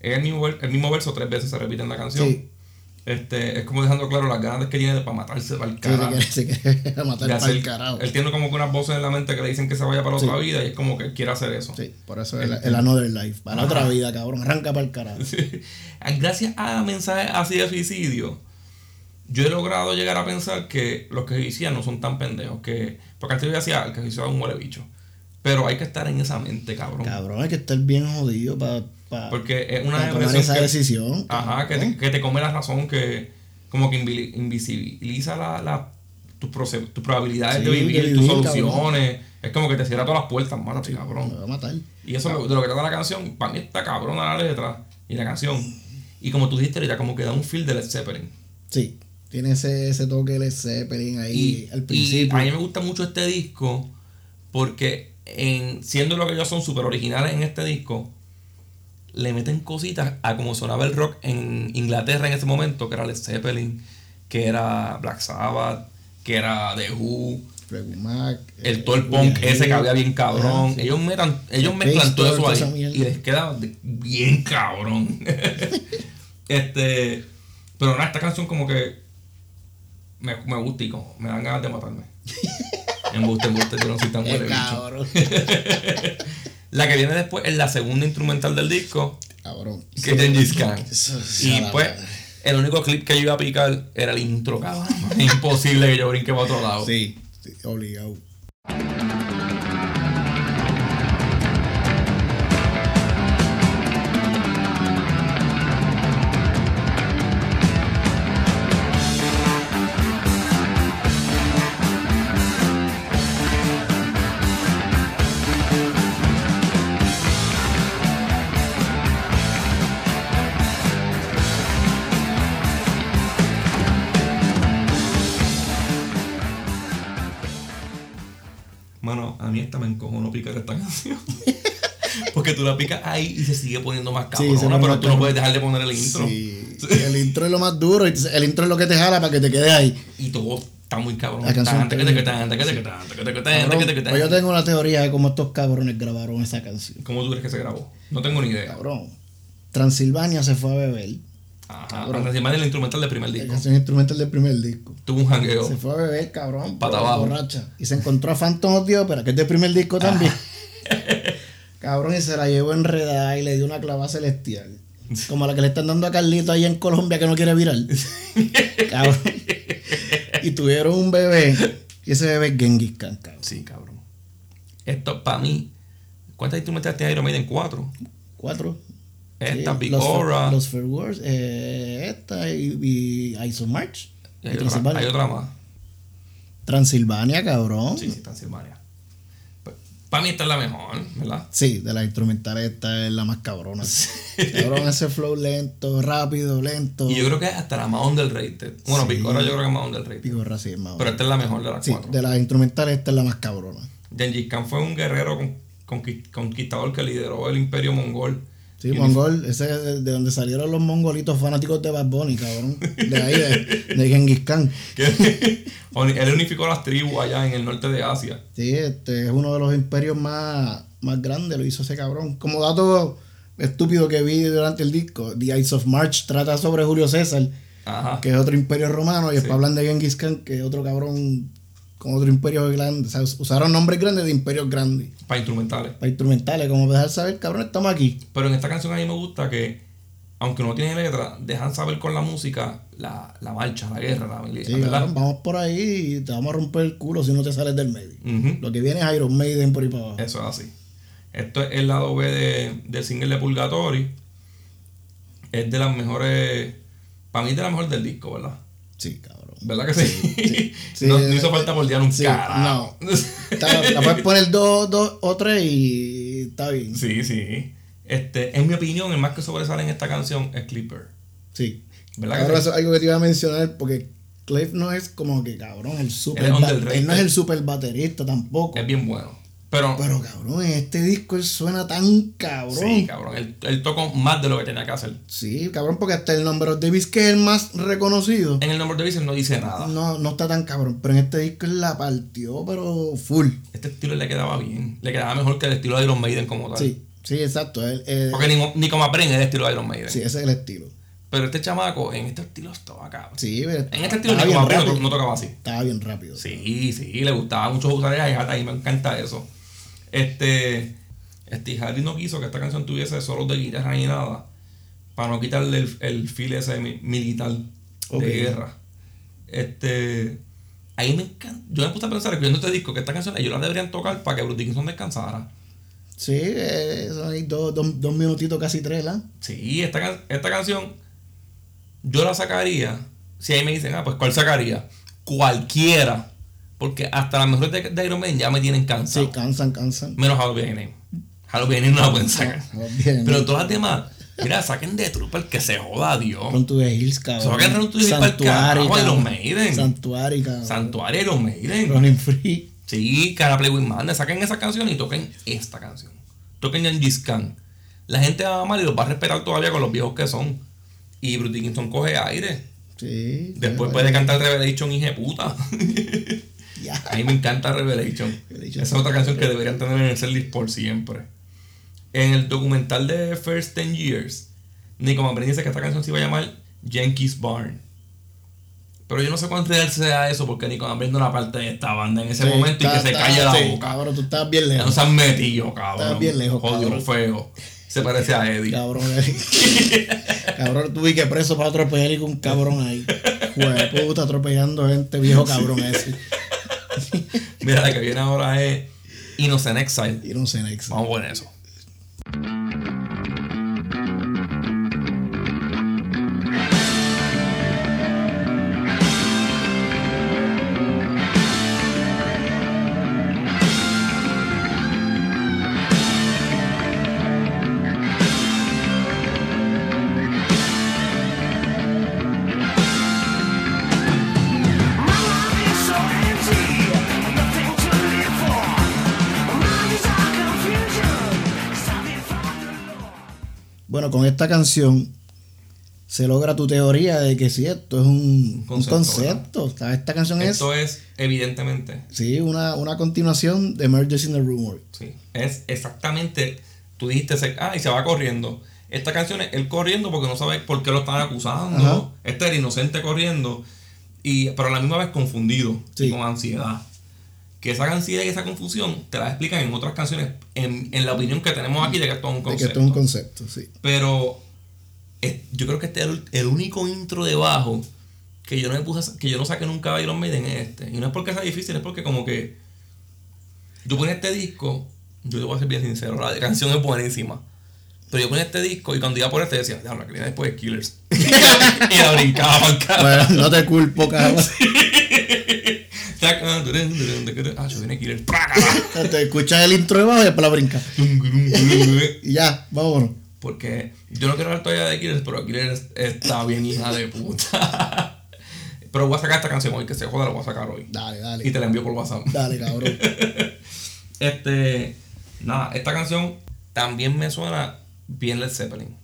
Es el mismo, ver- el mismo verso tres veces se repite en la canción.
Sí.
Este, es como dejando claro las ganas que tiene para matarse para el
Sí, se
carajo.
quiere- se quiere matar
de
para el
hacer-
carajo.
Él tiene como que unas voces en la mente que le dicen que se vaya para otra vida y es como que él quiere hacer eso.
Sí, por eso el, el Another Life. Para la otra vida, cabrón. Arranca para el carajo.
Sí. Gracias a mensajes así de suicidio, yo he logrado llegar a pensar que los que suicidan no son tan pendejos. que Porque antes yo decía, "Ah, el que suicida es un huele bicho. Pero hay que estar en esa mente, cabrón.
Cabrón, hay que estar bien jodido para
Porque es una
tomar
depresión
esa
que-
decisión. ¿eh?
Ajá, que te, que te come la razón, que como que invi- invisibiliza la, la- tus proce- tus probabilidades
Sí,
de
de
vivir,
vivir,
tus
cabrón.
soluciones. Es como que te cierra todas las puertas, mátate,
Me
cabrón.
va a matar.
Y eso es lo- de lo que trata la canción, pan está cabrona la letra y la canción. Y como tú dijiste ahorita, como que da un feel de Led Zeppelin.
Sí. Tiene ese, ese toque de Zeppelin ahí
Y,
al
y
principio.
a mí me gusta mucho este disco porque en, siendo lo que ellos son súper originales en este disco, le meten cositas a como sonaba el rock en Inglaterra en ese momento, que era Led Zeppelin, que era Black Sabbath, que era The Who,
Fleetwood Mac,
el
eh,
todo el
William
punk ese que
Hill.
había bien cabrón.
Ajá, ah, sí.
Ellos, metan, ellos
El
mezclan todo
Bristol,
eso
toda esa
ahí
mierda.
y les queda de- bien cabrón. este, pero nada, esta canción como que me, me gusta y como me dan ganas de matarme. Embuste, embuste, yo no soy tan
Eh,
huele bicho.
cabrón.
La que viene después es la segunda instrumental del disco,
cabrón.
que es Gengis Khan.
Eso es
Y
a la
pues,
madre.
el único clip que yo iba a picar era el intro, cabrón. Imposible que yo brinque para otro lado.
Sí, sí, obligado.
Mano, a mí esta me encojonó picar esta canción. Porque tú la picas ahí y se sigue poniendo más
Sí,
cabrona,
se pone
pero
más
tú no
cabrona.
puedes dejar de poner el intro.
Sí, el intro es lo más duro. y El intro es lo que te jala para que te quedes ahí.
Y todo está muy cabrón.
La canción
Tan, taca, taca,
tiene-
tan, taca, taca, tan, taca, taca, tan,
Cabrón,
taca, taca, tan.
pues yo tengo una teoría de cómo estos cabrones grabaron esa canción.
¿Cómo tú crees que se grabó? No tengo ni idea.
Cabrón. Transilvania se fue a beber.
Ajá. Además del instrumental del primer
La
disco.
canción instrumental del primer disco.
Tuvo un jangueo.
Se fue a beber, cabrón.
Pata
por-
abajo. Ah.
Borracha. Y se encontró a Phantom of the Opera, que es del primer disco también. cabrón, y se la llevó enredada y le dio una clava celestial. Como la que le están dando a Carlito ahí en Colombia que no quiere virar. cabrón. Y tuvieron un bebé. Y ese bebé es Genghis Khan, cabrón.
Sí, cabrón. Esto, para mí, ¿cuántas instrumentales tiene Iron Maiden? Cuatro.
Cuatro.
Esta,
Sí,
Big
los,
Aura.
Los Fair Wars, eh, esta y, y Ice of March.
Y
Y
hay, otra,
Transilvania.
hay otra más.
Transilvania, cabrón.
Sí, sí, Transilvania. Para mí esta es la mejor, ¿verdad?
Sí, de las instrumentales esta es la más cabrona. Cabrón, ese flow lento, rápido, lento.
Y yo creo que es hasta la más underrated. Bueno,
Sí.
Picora yo creo que es más underrated.
Pico Razi es más
Pero esta es la mejor de las
Sí,
cuatro.
de las instrumentales esta es la más cabrona.
Gengis Khan fue un guerrero con- conqui- conquistador que lideró el imperio mongol.
Sí,
Y
mongol, ese es de- de donde salieron los mongolitos fanáticos de Bad Bunny, cabrón. De ahí, de, de Genghis Khan.
que- oni- él unificó las tribus allá en el norte de Asia.
Sí, este es uno de los imperios más, más grandes, lo hizo ese cabrón. Como dato estúpido que vi durante el disco, The Ice of March trata sobre Julio César,
Ajá.
que es otro imperio romano,
Sí.
y después hablan de Genghis Khan, que es otro cabrón con otro imperio grande. O sea, usaron nombres grandes de imperios grandes.
Para instrumentales.
Para instrumentales, como para dejar saber, cabrón, estamos aquí.
Pero en esta canción a mí me gusta que, aunque no tiene letra, dejan saber con la música la, la marcha, la guerra, la milicia,
Sí,
¿verdad?
cabrón, vamos por ahí y te vamos a romper el culo si no te sales del medio.
Ujú.
Lo que viene es Iron Maiden por ahí para abajo.
Eso es así. Esto es el lado B de, del single de Purgatory. Es de las mejores. Para mí es de la mejor del disco, ¿verdad?
Sí, cabrón.
¿Verdad que sí?
sí. eh,
no, no hizo falta moldear un
Sí,
carajo.
Está- la puedes poner dos, dos o tres y está bien.
sí, sí. Este, en mi opinión, el más que sobresale en esta canción es Clipper.
Sí.
¿Verdad que
Cabrón,
sí?
eso es algo que te iba a mencionar porque Cliff no es como que cabrón, el super.
Él es
ba-
underrated.
él no es el super baterista tampoco.
Es bien bueno. Pero,
Pero cabrón, en este disco él suena tan cabrón.
sí,
Sí, cabrón.
cabrón. Él, él tocó más de lo que tenía que hacer.
porque hasta el nombre de Davis, que es el más reconocido,
En el nombre de Vision no dice nada.
no, no está tan cabrón. Pero en este disco él la partió, pero full.
Este estilo le quedaba bien. Le quedaba mejor que el estilo de Iron Maiden como tal.
Sí, sí, exacto. Él, él-
Porque ni, ni como aprende es el estilo de Iron Maiden.
sí, ese es el estilo.
Pero este chamaco en este estilo estaba cabrón.
Sí, pero
En este estilo
estaba
ni
bien
como aprende
rápido.
no, no tocaba así.
Estaba bien rápido.
Sí, sí, le gustaba mucho usar el hi-hat y me encanta eso. Este, este Harry no quiso que esta canción tuviese solos de guitarra ni nada para no quitarle el, el feel ese mi- militar
Ok.
de guerra. Este, ahí me encanta. Yo me puse a pensar escuchando este disco que esta canción ellos la deberían tocar para que Bruce Dickinson descansara.
Sí, eh, son ahí dos, dos, dos minutitos, casi tres, ¿ah? ¿la?
Sí, esta, can- esta canción yo la sacaría. Si ahí me dicen, ah, pues ¿cuál sacaría? Cualquiera. Porque hasta las mejores de, de Iron Maiden ya me tienen cansado.
Sí, cansan, cansan.
Menos Halo Name. Halo Name no la pueden sacar.
No, bien.
Pero todas las demás, mira, saquen de Trooper que se joda, Dios.
Con tu Hills, cabrón.
Se va a quedar con tu Hills pa'l carajo,
cabrón.
Iron Maiden.
Santuario, cabrón.
Santuario Iron Maiden.
Running Free.
Sí, cara Play with Madness. Saquen esa canción y toquen esta canción. Toquen Yanjis Khan. La gente va a amar y los va a respetar todavía con los viejos que son. Y Bruce Dickinson coge aire.
Sí.
Después
sí,
puede cantar Revelation, hija puta.
Ya.
A mí me encanta Revelation. Esa
Revelation.
es otra canción que deberían tener en el setlist por siempre. En el documental de First 10 Years, Nico Mambrén dice que esta canción se iba a llamar Yankees Barn. Pero yo no sé cuán real sea eso porque Nico Mambrén no era parte de esta banda en ese
Sí,
momento y
está-
que se
está-
calla la
sí,
boca.
Cabrón, tú estás bien
Ya no
lejos.
se han metido, cabrón.
Está bien lejos,
Jodido
cabrón.
feo. Se parece a Eddie.
Cabrón, eh. cabrón, tuve que preso para atropellar y con un cabrón ahí. Jue puta, atropellando gente, viejo cabrón ese.
Mira, la que viene ahora es Innocent Exile.
Y no sé, Nexa.
Vamos con eso.
Bueno, con esta canción se logra tu teoría de que si esto es un un
Concepto,
concepto. ¿sabes? Esta canción es,
Esto es, evidentemente,
sí, una, una continuación de Emergency in the Rumor.
sí. Es exactamente, tú dijiste, se- ah, y se va corriendo. Esta canción es él corriendo porque no sabe por qué lo están
Ajá.
acusando. Este era inocente corriendo, y, pero a la misma vez confundido,
Sí.
y con ansiedad. Que esa ansiedad y esa confusión te la explican en otras canciones, en, en la opinión que tenemos aquí de que esto es un
De que
concepto.
esto es un concepto, sí.
Pero eh, yo creo que este es el, el único intro de bajo que yo no me puse, a- que yo no saqué nunca de Iron Maiden es este. Y no es porque sea difícil, es porque como que yo ponía este disco, yo te voy a ser bien sincero, la canción es buenísima. Pero yo ponía este disco y cuando iba por este decía, "Diablo, la que viene después es Killers. y la brincaba pa'l carajo.
Bueno, no te culpo, cabrón.
Ah, yo viene Killers. ¡Prácala!
Te escuchas el intro de bajo y después la brinca. Y ya, vámonos.
Porque yo no quiero hablar todavía de Killers, pero Killers está bien hija de puta. Pero voy a sacar esta canción hoy, que se joda, la voy a sacar hoy.
Dale,
Y
dale.
te la envío por WhatsApp.
Dale, cabrón.
Este, nada, esta canción también me suena bien Led Zeppelin.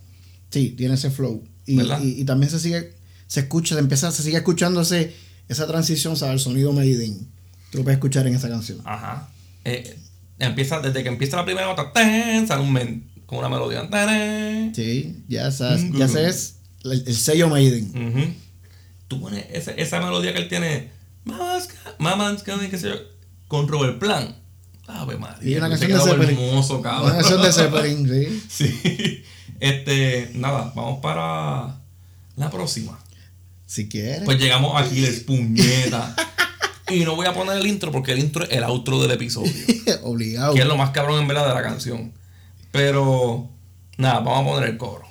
Sí, tiene ese flow. Y,
¿Verdad?
y- y también se sigue, se escucha, se empieza, se sigue escuchando ese- esa transición, ¿sabes? El sonido Made in. Tú lo puedes escuchar en esa canción.
Ajá. Eh, empieza, desde que empieza la primera nota, ¡tan! sale un men con una melodía. ¡tan!
Sí, ya sabes,
Mm,
ya
claro.
sabes el, el sello Maiden.
Ujú. Tú pones esa, esa melodía que él tiene, "Mama's ca- Mama's coming", qué sé yo, con Robert Plant. Ave María.
Y una
se
canción de
quedó
Zeppelin.
hermoso, cabrón.
Una canción de Zeppelin, sí.
Sí. Este, nada, vamos para la próxima.
Si quieres.
Pues llegamos aquí, les puñeta. Y no voy a poner el intro porque el intro es el outro del episodio.
Obligado.
Que es lo más cabrón en verdad de la canción. Pero, nada, vamos a poner el coro.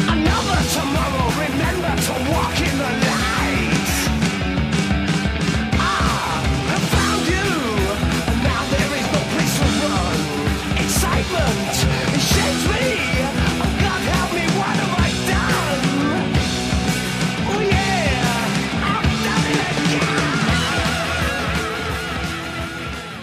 Tomorrow, remember to walk in the light. I found you. Now there is no place to run. Excitement shakes me. Oh God, help me! What have I done? Oh yeah, I've done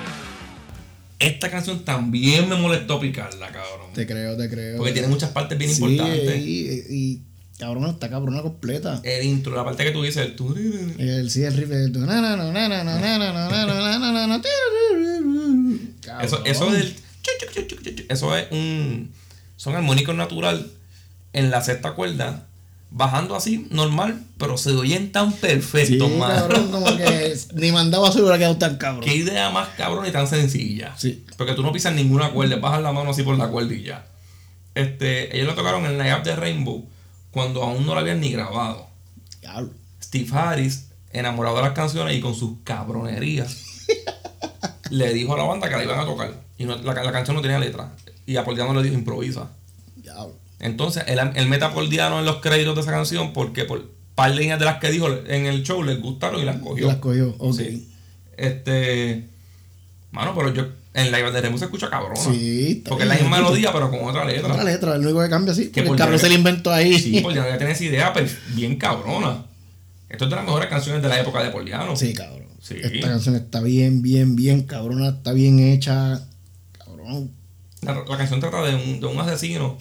it again.
Esta canción también me molestó picarla, cabrón.
Te creo, te creo.
Porque tiene muchas partes bien
Sí,
importantes.
Y, y- cabrón, está cabrona completa.
El intro, la parte que tú dices, el tu-
El, sí, el riff es.
Eso, eso es el- Eso es un. Son armónicos natural en la sexta cuerda. Bajando así, normal, pero se oyen tan
Sí,
perfectos, mano.
cabrón, como que ni mandaba segura que tan cabrón.
Qué idea más cabrón y tan sencilla.
Sí.
Porque tú no pisas ninguna cuerda, bajas la mano así por la cuerda y ya. Este, ellos lo tocaron en la app de Rainbow cuando aún no lo habían ni grabado.
Diablo.
Steve Harris, enamorado de las canciones y con sus cabronerías le dijo a la banda que la iban a tocar. Y no- la, la canción no tenía letra. Y Apordiano le dijo improvisa.
Diablo.
Entonces, él, él mete a Apordiano en los créditos de esa canción porque por par de líneas de las que dijo en el show les gustaron y las cogió.
Las cogió, ok.
Sí. Este. Mano, pero yo en la de Remu se escucha cabrona.
Sí, está
Porque es la
bien,
misma
bonito.
melodía, pero con otra letra.
Otra letra, lo único que cambia así.
Que
Porque
por
el cabrón
llegar-
se le inventó ahí.
Sí, Poliano ya tiene esa idea, pero bien cabrona. Esto es de las mejores canciones de la época de Poliano.
Sí, cabrón.
Sí.
Esta canción está bien, bien, bien cabrona, está bien hecha. Cabrón.
La, la canción trata de un, de un asesino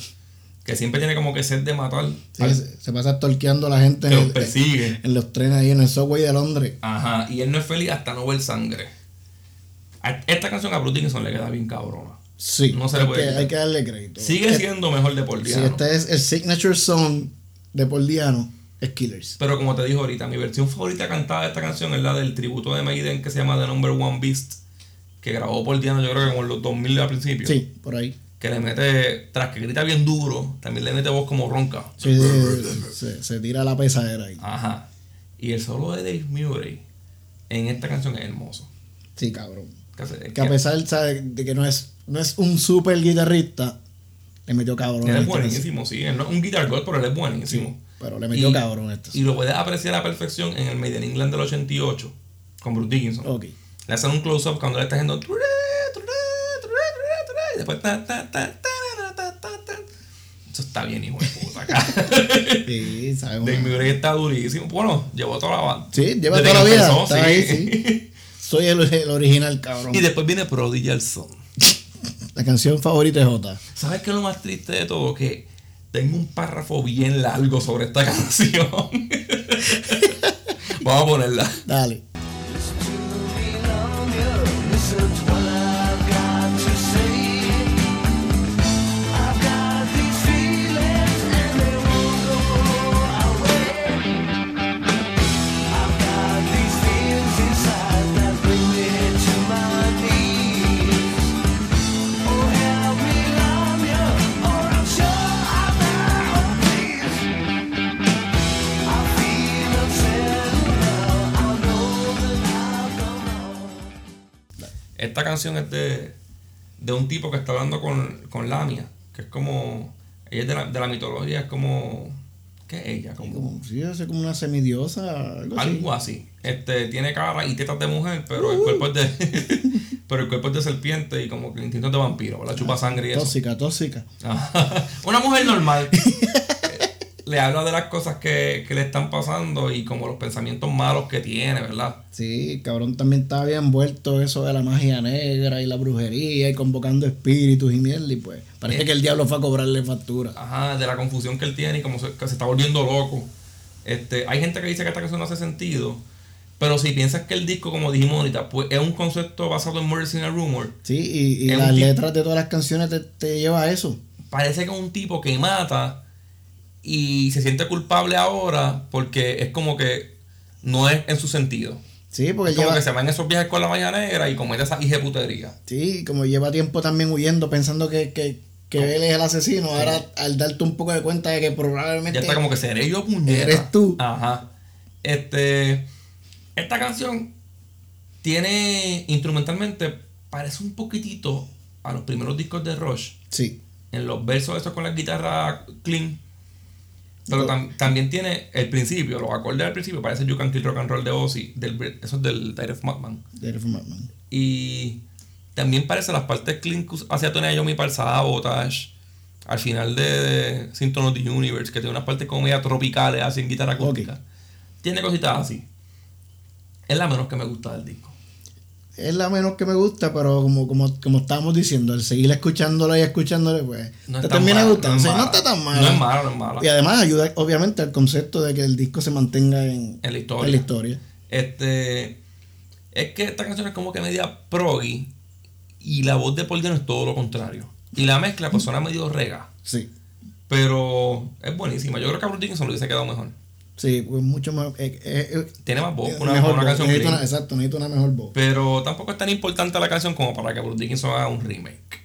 que siempre tiene como que sed de matar.
Sí,
al-
se, se pasa torqueando a la gente
Que
en,
los
el-
persigue.
en los trenes ahí en el subway de Londres.
Ajá, y él no es feliz hasta no ver sangre. A- Esta canción a Bruce Dickinson le queda bien cabrona.
Sí,
No se le
hay,
puede
que,
quitar.
hay que darle crédito.
Sigue
Es-
siendo mejor de
Sí,
Poliano.
este es el signature song de Paul Diano, es Killers.
Pero como te dije ahorita, mi versión favorita cantada de esta canción es la del tributo de Maiden que se llama The Number One Beast, que grabó Poliano yo creo que como en los 2000 al principio.
Sí, por ahí.
que le mete, tras que grita bien duro, también le mete voz como ronca.
Sí, sí, sí, se, se tira la pesadera ahí.
Ajá. Y el solo de Dave Murray en esta canción es hermoso.
Sí, cabrón.
Que se-
Que a
que-
pesar ¿sabe? de que no es, no es un super guitarrista, le metió cabrón.
él
en
es
esta canción.
buenísimo, sí. Él no es un guitar god, pero él es buenísimo.
Pero le metió
Y-
cabrón esta.
Y lo puedes apreciar a la perfección en el Made in England del 88 con Bruce Dickinson.
Ok.
Le hacen un close-up cuando le está haciendo. "Turé, turé, turé, turé, turé", Y después. ta, ta, ta, ta, ta, ta, ta, ta. Eso está bien, hijo de puta. acá.
Sí, sabe una-
Dave Murray está durísimo. Bueno, llevó toda la banda.
Sí, lleva
Desde
toda
que
la vida,
empezó,
está ahí, Soy el, el original, cabrón.
Y después viene Prodigal Son.
La canción favorita es Jota.
¿Sabes qué es lo más triste de todo? Que tengo un párrafo bien largo sobre esta canción. Vamos a ponerla.
Dale.
Listen to the beat on the earth. Listen to what I've got to say. I've got these feelings and they won't go away. I've got these feelings inside that bring me to my knees. Oh, help me, Lamia, or I'm sure I'm out of peace. I feel upset now. I know that I've gone wrong.
Esta canción es de, de un tipo que está hablando con, con Lamia, que es como. Ella es de la, de la mitología, es como. ¿Qué es ella? Como,
Como, sí, es como una semidiosa, algo así.
algo así. Este, tiene cara y tetas de mujer, pero el cuerpo es de. pero el cuerpo es de serpiente y como que el instinto es de vampiro, la chupa sangre y eso.
Tóxica, tóxica.
Ajá. Una mujer normal. le habla de las cosas que, que le están pasando y como los pensamientos malos que tiene, ¿verdad?
Sí, cabrón, también estaba bien envuelto eso de la magia negra y la brujería y convocando espíritus y mierda. Y pues,
Eh.
parece que el diablo fue a cobrarle factura.
Ajá, de la confusión que él tiene y como se, que se está volviendo loco. Este, hay gente que dice que esta canción no hace sentido, pero si piensas que el disco, como dijimos ahorita, pues es un concepto basado en Murder in a Rumor,
Sí, y, y
Es un
las
tipo-
letras de todas las canciones te, te lleva a eso.
parece que es un tipo que mata y se siente culpable ahora porque es como que no es en su sentido.
Sí, porque
Es como
Pues lleva,
que se van esos viajes con la maña negra y comete esa putería
sí, como lleva tiempo también huyendo pensando que, que, que él es el asesino. Ahora, al darte un poco de cuenta de que probablemente...
Ya está como que seré yo puñeta.
Este, Eres tú.
Ajá. Este. Esta canción tiene instrumentalmente. Parece un poquitito a los primeros discos de Rush.
Sí,
En los versos esos con la guitarra clean. Pero tam- también tiene el principio, los acordes del principio, parece You Can Kill Rock and Roll de Ozzy, del, Brit- eso es del Direct Madman.
de Eric Frommman.
Y también parece las partes clean que us- hacía Tony Iommi para el Sabotage. Al final de Symptom of the Universe, que tiene unas partes como media tropicales, así en guitarra acústica. Tiene cositas así. Es la menos que me gusta del disco.
Es la menos que me gusta, pero como, como, como estábamos diciendo, al seguir escuchándola y escuchándole, pues
No
te
es tan
termina
mala,
gustando.
es
Sí, No,
mala.
está tan mala.
No es mala, no es mala.
Y además ayuda, obviamente, al concepto de que el disco se mantenga en,
En la historia.
en la historia.
Este. Es que esta canción es como que media proggy. Y la voz de Paul Dano es todo lo contrario. Y la mezcla, pues suena medio rega.
Sí,
Pero es buenísima. Yo creo que a Bruce Dickinson lo hubiese quedado mejor.
sí, pues mucho más. eh, eh, eh,
Tiene más voz que una,
mejor
una
voz.
canción
Necesito
clean.
una- Exacto, necesito una mejor voz.
Pero tampoco es tan importante la canción como para que Bruce Dickinson haga un remake.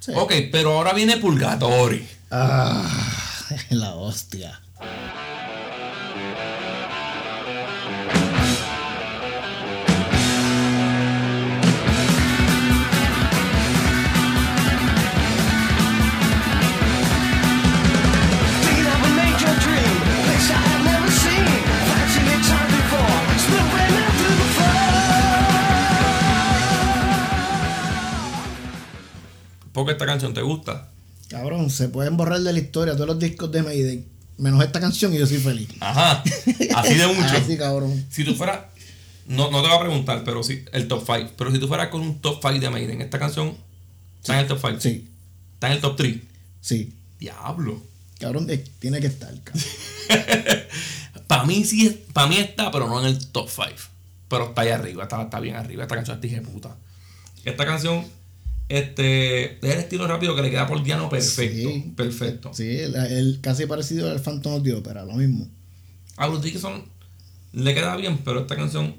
Sí.
Ok, pero ahora viene Purgatory.
Ah, la hostia.
I've
que esta canción te gusta.
Cabrón, se pueden borrar de la historia todos los discos de Mayday, menos esta canción y yo soy feliz.
Ajá. Así de mucho.
Así, cabrón.
Si tú fueras. No, no te voy a preguntar, pero sí, el top 5. Pero si tú fueras con un top 5 de Maiden, esta canción está en el top 5.
Sí,
Está en el top 3.
sí.
Diablo.
Cabrón, eh, tiene que estar, cabrón.
Para mí sí, para mí está, pero no en el top 5. Pero está ahí arriba, está, está bien arriba. Esta canción es dije puta. Esta canción, este, es el estilo rápido que le queda por Diano perfecto.
Sí.
Perfecto.
Sí, el, el- casi parecido al Phantom of the Opera, lo mismo.
A Bruce Dickinson le queda bien, pero esta canción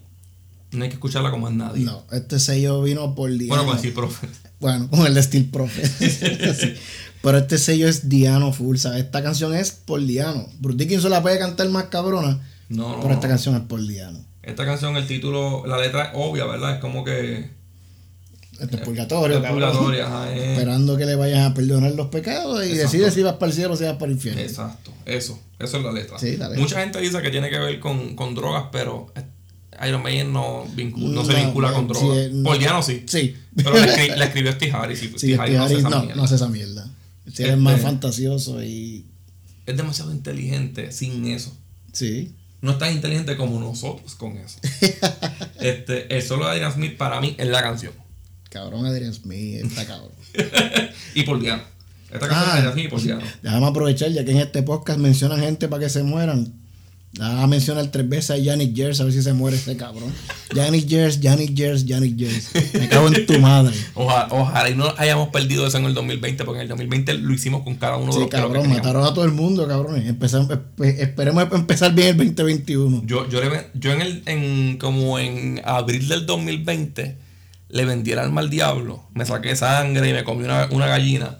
no hay que escucharla con más nadie.
No, este sello vino por Diano.
Bueno, con sí, profe.
Bueno, con el de Steel Prophet. Sí. Pero este sello es Diano full, ¿sabes? Esta canción es por Diano. Bruce Dickinson la puede cantar más cabrona,
No, no.
pero esta
no.
canción es por Diano.
Esta canción, el título, la letra es obvia, ¿verdad? Es como que.
Este es purgatorio,
Eh, es
cabrón.
purgatoria, ajá, es-
Esperando que le vayas a perdonar los pecados y
Eh, Exacto.
decides si vas para el cielo o si vas para el infierno.
Exacto, eso, eso es la letra.
Sí, la letra.
Mucha gente dice que tiene que ver con, con drogas, pero eh, Iron Maiden no, vincu- no se
No,
vincula
no,
con drogas.
sí, no.
Por Diano sí.
Sí.
Pero la, escri- la escribió Steve Harris y
Sí,
Steve Harris no hace
Harris
esa
no,
mierda.
no hace esa mierda. Si eres más
Este-
fantasioso y.
Es demasiado inteligente sin eso.
Sí.
No es tan inteligente como nosotros con eso. este, el solo de Adrian Smith para mí es la canción.
Cabrón Adrian Smith, está cabrón.
Y por Diano. Esta canción
Ah.
es de Adrian Smith y por Diano.
Déjame aprovechar, ya que en este podcast mencionan gente para que se mueran. Déjame mencionar tres veces a Yannick Jers, a ver si se muere este cabrón. Yannick Jers, Yannick Jers, Yannick Jers. Me cago en tu madre.
Ojalá, ojalá y no hayamos perdido eso en el 2020, porque en el 2020 lo hicimos con cada uno de
Sí,
los que lo que
cabrón,
teníamos.
mataron a todo el mundo, cabrones. Empezamos, espe- esperemos empezar bien el 2021.
Yo, yo, le ven- yo en el, en, como en abril del 2020 le vendí el alma al diablo. Me saqué sangre y me comí una, una gallina.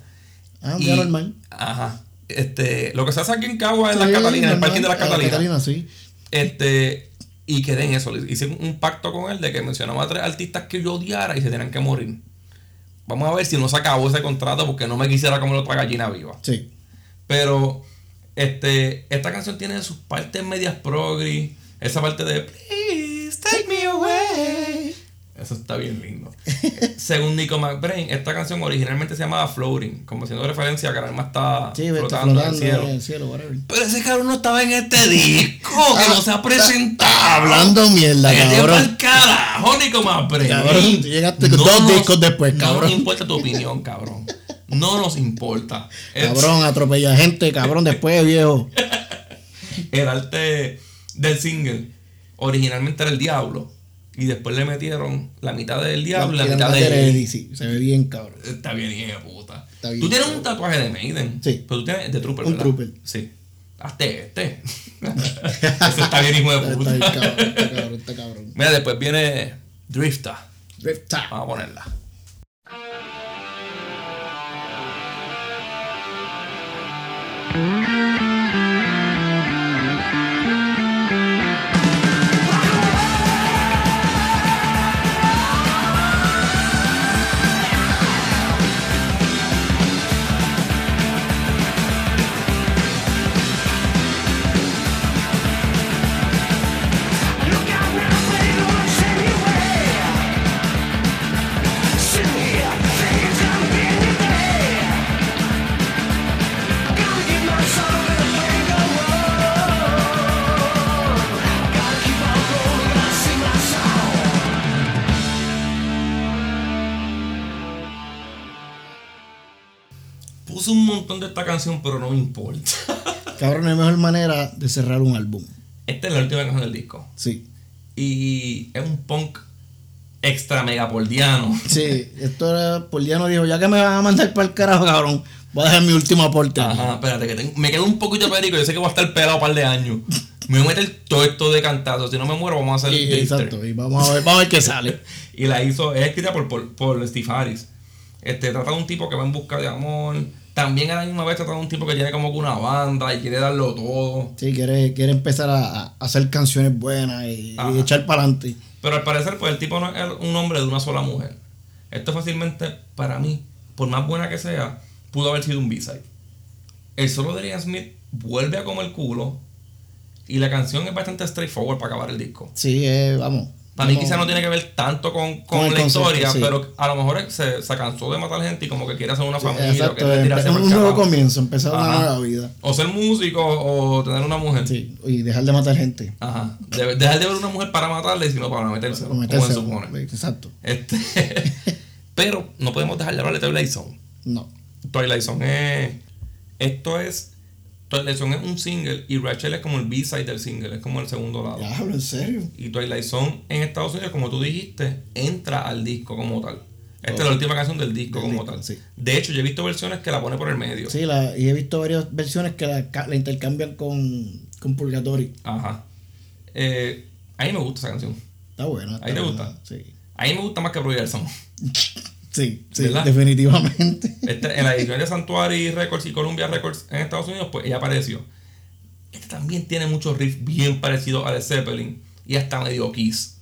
Ah, un
Y-
día normal.
Ajá. Este, lo que se hace aquí en Cagua en las
Sí,
Catalinas, en el
normal,
parking de las
a la
Catalinas.
Catalina, sí.
Este, y quedé en eso. Le Hice un- un pacto con él de que mencionaba a tres artistas que yo odiara y se tenían que morir. Vamos a ver si no se acabó ese contrato porque no me quisiera comer otra gallina viva.
Sí.
Pero este, esta canción tiene sus partes medias progri. Esa parte de Please take me away. Eso está bien lindo. Según Nico McBrain, esta canción originalmente se llamaba Floating, como haciendo referencia a que el alma está
Sí,
flotando,
está flotando eh.
en el cielo.
en el cielo, whatever.
Pero ese cabrón no estaba en este disco, que no se ha presentado.
Ah, Hablando mierda,
Que lleva
cabrón.
al carajo, Nico McBrain.
Cabrón, tú llegaste con dos discos después,
No
cabrón.
nos importa tu opinión, cabrón. No nos importa. Es-
Cabrón, atropella gente, cabrón, después viejo.
el arte del single originalmente era el diablo y después le metieron la mitad del diablo y la, mitad de
Eddie, sí, se ve bien, cabrón.
Está bien, hija de puta.
Está bien.
tú tienes un tatuaje de Maiden.
Sí.
Pero tú tienes de Trooper,
Un
¿verdad?
Trooper.
Sí. Hazte este. Eso está bien, hijo de
Está, está
puta.
cabrón, está cabrón, está cabrón.
Mira, después viene Drifter.
Reptile.
Vamos a ponerla.
Look out now, baby, Lord, send me away. Send me here, things I'm getting today. Gotta get my soul in the bank of Gotta keep on rolling, gotta sing my song.
Puse un montón de esta canción, pero no me importa.
Cabrón, es la mejor manera de cerrar un álbum.
Esta es la última canción del disco.
Sí.
Y es un punk extra megapoldiano.
Sí, esto era. Poliano dijo: Ya que me van a mandar para el carajo, cabrón, voy a dejar mi último aporte. aquí".
Ajá, espérate, que tengo- me quedo un poquito perico. Yo sé que voy a estar pelado un par de años. Me voy a meter todo esto de cantazo. Si no me muero, vamos a hacer
Y-
el
exacto, y vamos a ver, vamos a ver qué sale.
Y la hizo, es escrita por, por, por Steve Harris. Este, trata de un tipo que va en busca de amor. También a la misma vez trata de un tipo que tiene como que una banda y quiere darlo todo.
Sí, quiere, quiere empezar a, a hacer canciones buenas y, y
Ajá.
echar para adelante.
Pero al parecer, pues el tipo no es el- un hombre de una sola mujer. Esto fácilmente, para mí, por más buena que sea, pudo haber sido un B-side. El solo de Ian Smith vuelve a comer culo. Y la canción es bastante straightforward para acabar el disco.
Sí, eh, vamos.
Para mí
Como-
quizá no tiene que ver tanto con, con
Con el
la
concepto,
historia,
sí.
pero a lo mejor se, se cansó de matar gente y como que quiere hacer una familia. o
Exacto,
quiere tirarse
empe-
por el
un nuevo
carajo.
comienzo, empezar una
Ajá.
nueva vida.
O ser músico o tener una mujer.
Sí, y dejar de matar gente.
Ajá. De- dejar de ver una mujer para matarla y sino para meterse.
O
Como
meterse-
se supone.
Exacto.
Este, pero no podemos dejar de hablar de Twilight Zone.
No.
Twilight Zone es. Esto es. Twilight Zone es un single y Rachel es como el B-side del single, es como el segundo lado.
Ya hablo en serio.
Y Twilight Zone en Estados Unidos, como tú dijiste, entra al disco como tal. Esta es la última canción del disco
Del
como
disco,
tal.
sí.
De hecho, yo he visto versiones que la pone por el medio.
Sí, la, y he visto varias versiones que la, ca- la intercambian con, con Purgatory.
Ajá. Eh, a mí me gusta esa canción.
Está buena. está
¿Ahí te
buena,
gusta?
Sí.
A mí me gusta más que Roger Song.
Sí, sí,
¿Verdad?
definitivamente.
Este, en la edición de Santuary Records y Columbia Records en Estados Unidos, pues ella apareció. Este también tiene muchos riffs bien parecidos a The Zeppelin y hasta medio Kiss.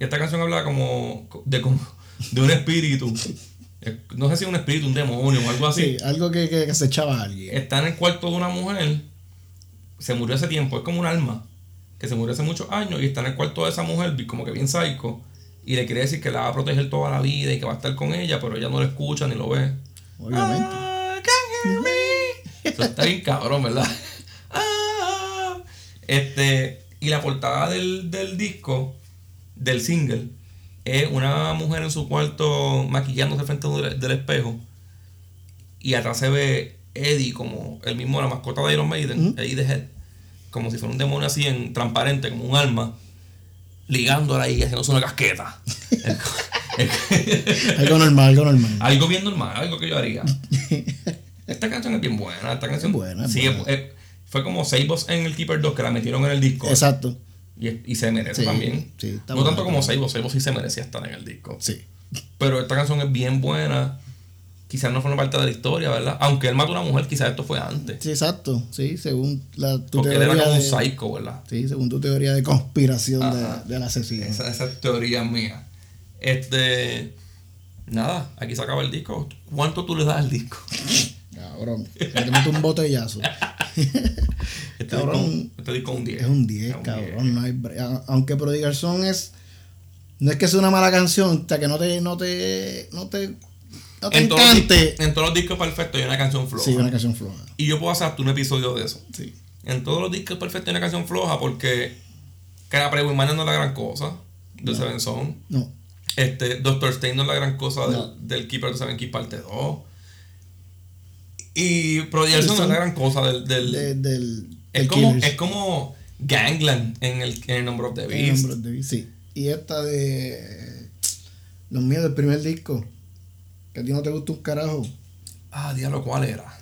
Esta canción habla como de, como de un espíritu. Eh, No sé si un espíritu, un demonio o algo así.
Sí, algo que, que, que se echaba a alguien.
está en el cuarto de una mujer, se murió hace tiempo, es como un alma, que se murió hace muchos años y está en el cuarto de esa mujer, bi- como que bien psycho, y le quiere decir que la va a proteger toda la vida y que va a estar con ella, pero ella no lo escucha ni lo ve.
Obviamente.
Ah, can hear me. Eso está bien cabrón, ¿verdad? Ah. este, y la portada del, del disco, del single, es una mujer en su cuarto maquillándose frente a un del, del espejo. Y atrás se ve Eddie como el mismo, la mascota de Iron Maiden, Eddie the Head, como si fuera un demonio así en transparente, como un alma, ligándola ahí, haciéndose una casqueta.
Algo normal, algo normal.
Algo bien normal, algo que yo haría. Esta canción es bien buena. Esta canción
Es buena, es
sí,
buena.
es- es- fue como Save Us en el Keeper 2 que la metieron en el disco.
Exacto.
Y, y se merece
Sí,
también.
sí, está
no tanto
buena, está
como
buena.
Save Us, Save Us sí se merecía estar en el disco.
Sí.
Pero esta canción es bien buena. Quizás no fue una parte de la historia, ¿verdad? Aunque él mató a una mujer, quizás esto fue antes.
Sí, exacto. Sí, según la, tu
porque él era
teoría
como un
de-
psycho, ¿verdad?
Sí, según tu teoría de conspiración
Ajá.
de, del asesino.
Esa, esa teoría es mía. Este. Nada, aquí se acaba el disco. ¿Cuánto tú le das al disco?
Cabrón. Méteme un botellazo.
Este
Cabrón.
disco, este disco es un 10.
Es un 10, cabrón. no hay bre- a- aunque Prodigal Son es. No es que sea una mala canción, hasta que no te. No te. No te. No te
en, todos los
encante.
discos- en todos los discos perfectos hay una canción floja.
Sí, una canción floja.
Y yo puedo hacer hasta un episodio de eso.
Sí.
En todos los discos perfectos hay una canción floja porque Cara Prewimana no es la gran cosa de Seven Song.
No.
Este, Doctor Stein no es la gran cosa del,
No.
del Keeper de Seven Keys parte 2. Y Prodigal Son no es la gran cosa del. del-
de- del.
es,
del
como,
Killers.
es como Gangland en el, en el Number of the
El
Beast.
nombre de- Sí. Y esta de. Los míos del primer disco. Que a ti no te gusta un carajo.
Ah, diablo, ¿cuál era?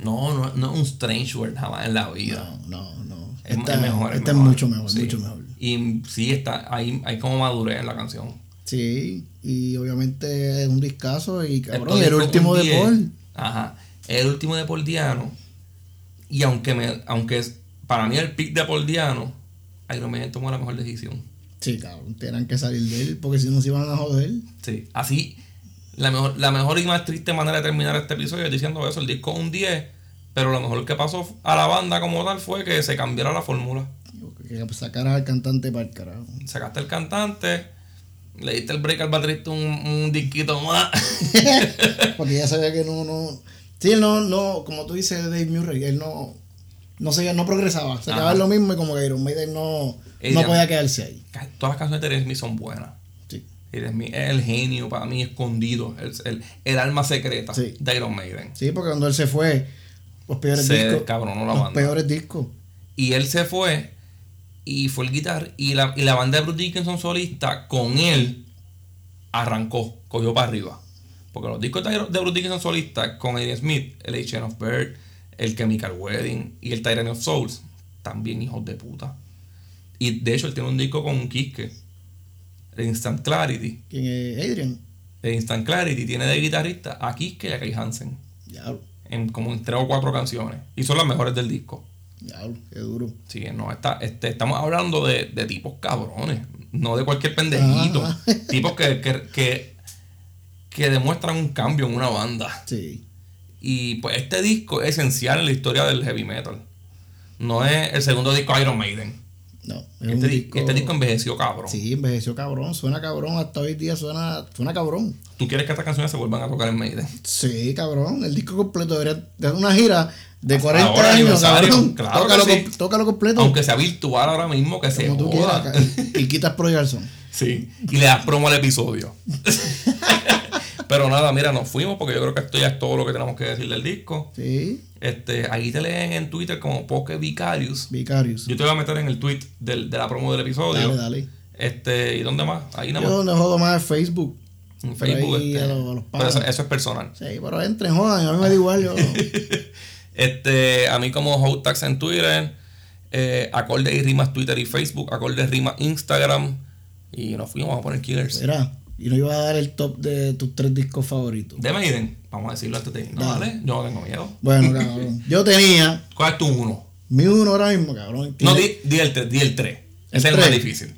No, no, no es un Strange World jamás en la vida.
No, no, no.
Es,
esta
es mejor.
esta es
mejor.
mucho mejor,
Sí.
mucho mejor.
Y sí, está, hay, hay como madurez en la canción.
Sí. Y obviamente es un discazo. Y
Esto
cabrón, el
es
último
un
de
10.
Paul.
Ajá. El último de Paul Diano. Y aunque, me, aunque es, para mí el pick de Paul Diano, Iron Maiden tomó la mejor decisión.
Sí, cabrón, tenían que salir de él porque si no se iban a joder.
Sí. Así, la mejor, la mejor y más triste manera de terminar este episodio es diciendo eso. El disco es un 10, pero lo mejor que pasó a la banda como tal fue que se cambiara la fórmula.
Que sacaran al cantante para el carajo.
sacaste el cantante, le diste el break al baterista un, un disquito más.
Porque ya sabía que no, no. Sí, él no, no, como tú dices, Dave Murray, él no. No seguía, no progresaba. Se
Ajá.
acababa lo mismo y como que Iron Maiden no,
Ella-
no podía quedarse ahí.
Ca- Todas las canciones de Terence Smith son buenas.
Sí.
Terence Smith es el genio para mí escondido, el, el, el alma secreta
Sí.
de Iron Maiden.
Sí, porque cuando él se fue, los peores
Se
discos.
descabronó la
los
banda.
peores discos.
Y él se fue y fue el guitar y la, y la banda de Bruce Dickinson solista con él arrancó, cogió para arriba. Porque los discos de de Bruce Dickinson solista con Eddie Smith, el H.N. of Bird, el Chemical Wedding y el Tyrant of Souls, también hijos de puta. Y de hecho él tiene un disco con un Kiske, el Instant Clarity.
¿Quién es Adrian?
El Instant Clarity tiene de guitarrista a Kiske y a Kai Hansen,
Diablo,
en como en tres o cuatro canciones. Y son las mejores del disco.
diablo, qué duro.
Sí, no, está, este, estamos hablando de, de tipos cabrones, no de cualquier pendejito.
Ajá.
Tipos que, que, que, que demuestran un cambio en una banda.
Sí.
Y pues este disco es esencial en la historia del heavy metal. No es el segundo disco de Iron Maiden.
No, es
Este,
un
di-
disco.
este disco envejeció, cabrón.
Sí, envejeció cabrón, suena cabrón, hasta hoy día suena, suena cabrón.
¿Tú quieres que estas canciones se vuelvan a tocar en Maiden?
Sí, cabrón, el disco completo debería dar una gira de 40
Ahora,
años,
aniversario,
cabrón.
claro
tócalo,
que sí.
com- tócalo completo,
Aunque sea virtual ahora mismo, que se
como tú
joda.
quieras. ca- Y quitas Pro Jackson.
Sí, y le das promo al episodio. Pero nada, mira, nos fuimos porque yo creo que esto ya es todo lo que tenemos que decir del disco.
Sí,
Este, ahí te leen en Twitter como Poke Vicarius.
Vicarius.
Yo te voy a meter en el tweet del- de la promo del episodio.
Dale, dale.
Este, ¿y dónde más? Ahí nada más.
Yo no jodo más en Facebook.
en
pero
Facebook.
ahí
este.
a los- a los
pero eso,
panas.
eso es personal.
Sí, pero entren, jodan, a mí me da igual. Yo,
Este, a mí como Hotax en Twitter, eh, Acorde y Rimas Twitter y Facebook, Acorde Rimas Instagram. Y nos fuimos a poner Killers.
será. Y no iba a dar el top de tus tres discos favoritos.
De Maiden, vamos a decirlo antes de irnos.
Dale.
Dale, yo no tengo miedo.
Bueno, cabrón. Yo tenía
¿Cuál es tu uno?
mi uno ahora mismo, cabrón.
No,
Tiene-
di, di el 3, di el 3. Ese
El
es el más
tres.
difícil.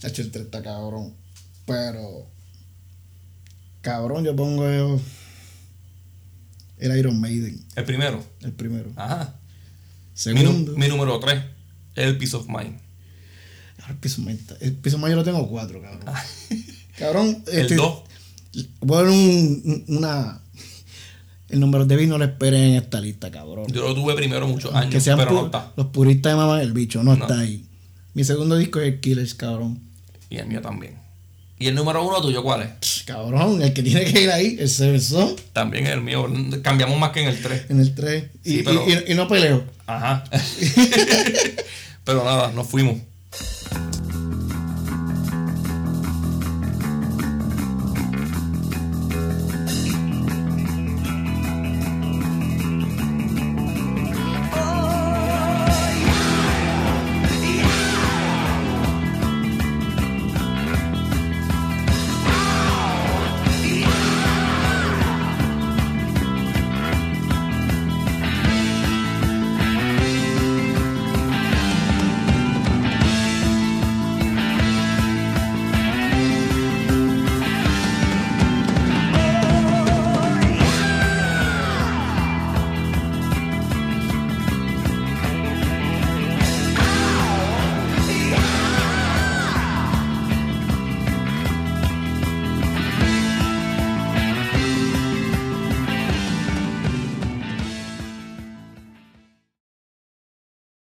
Tacho, el 3 está cabrón. Pero. Cabrón, yo pongo. eh, El Iron Maiden,
El primero.
el primero.
Ajá. Mi, nu-
Segundo.
mi número 3, el Peace of Mind.
el, piso Maiden está- el piso mayor lo tengo cuatro, cabrón. Cabrón.
Ah. El 2,
Bueno, un, un- una. El número de vino no lo esperen en esta lista, cabrón.
yo lo tuve primero muchos
Que
años,
sean
pero
pu-
no está.
los puristas de mamá el bicho, no,
No.
está ahí. Mi segundo disco es el Killers, cabrón.
Y el mío también. ¿Y el número 1 tuyo cuál es?
Psh, Cabrón, el que tiene que ir ahí, el Seven Son,
También el mío. Cambiamos más que en el 3.
en el 3. Y,
Sí,
y-
pero-
y- y no peleo.
Ajá. pero nada, nos fuimos.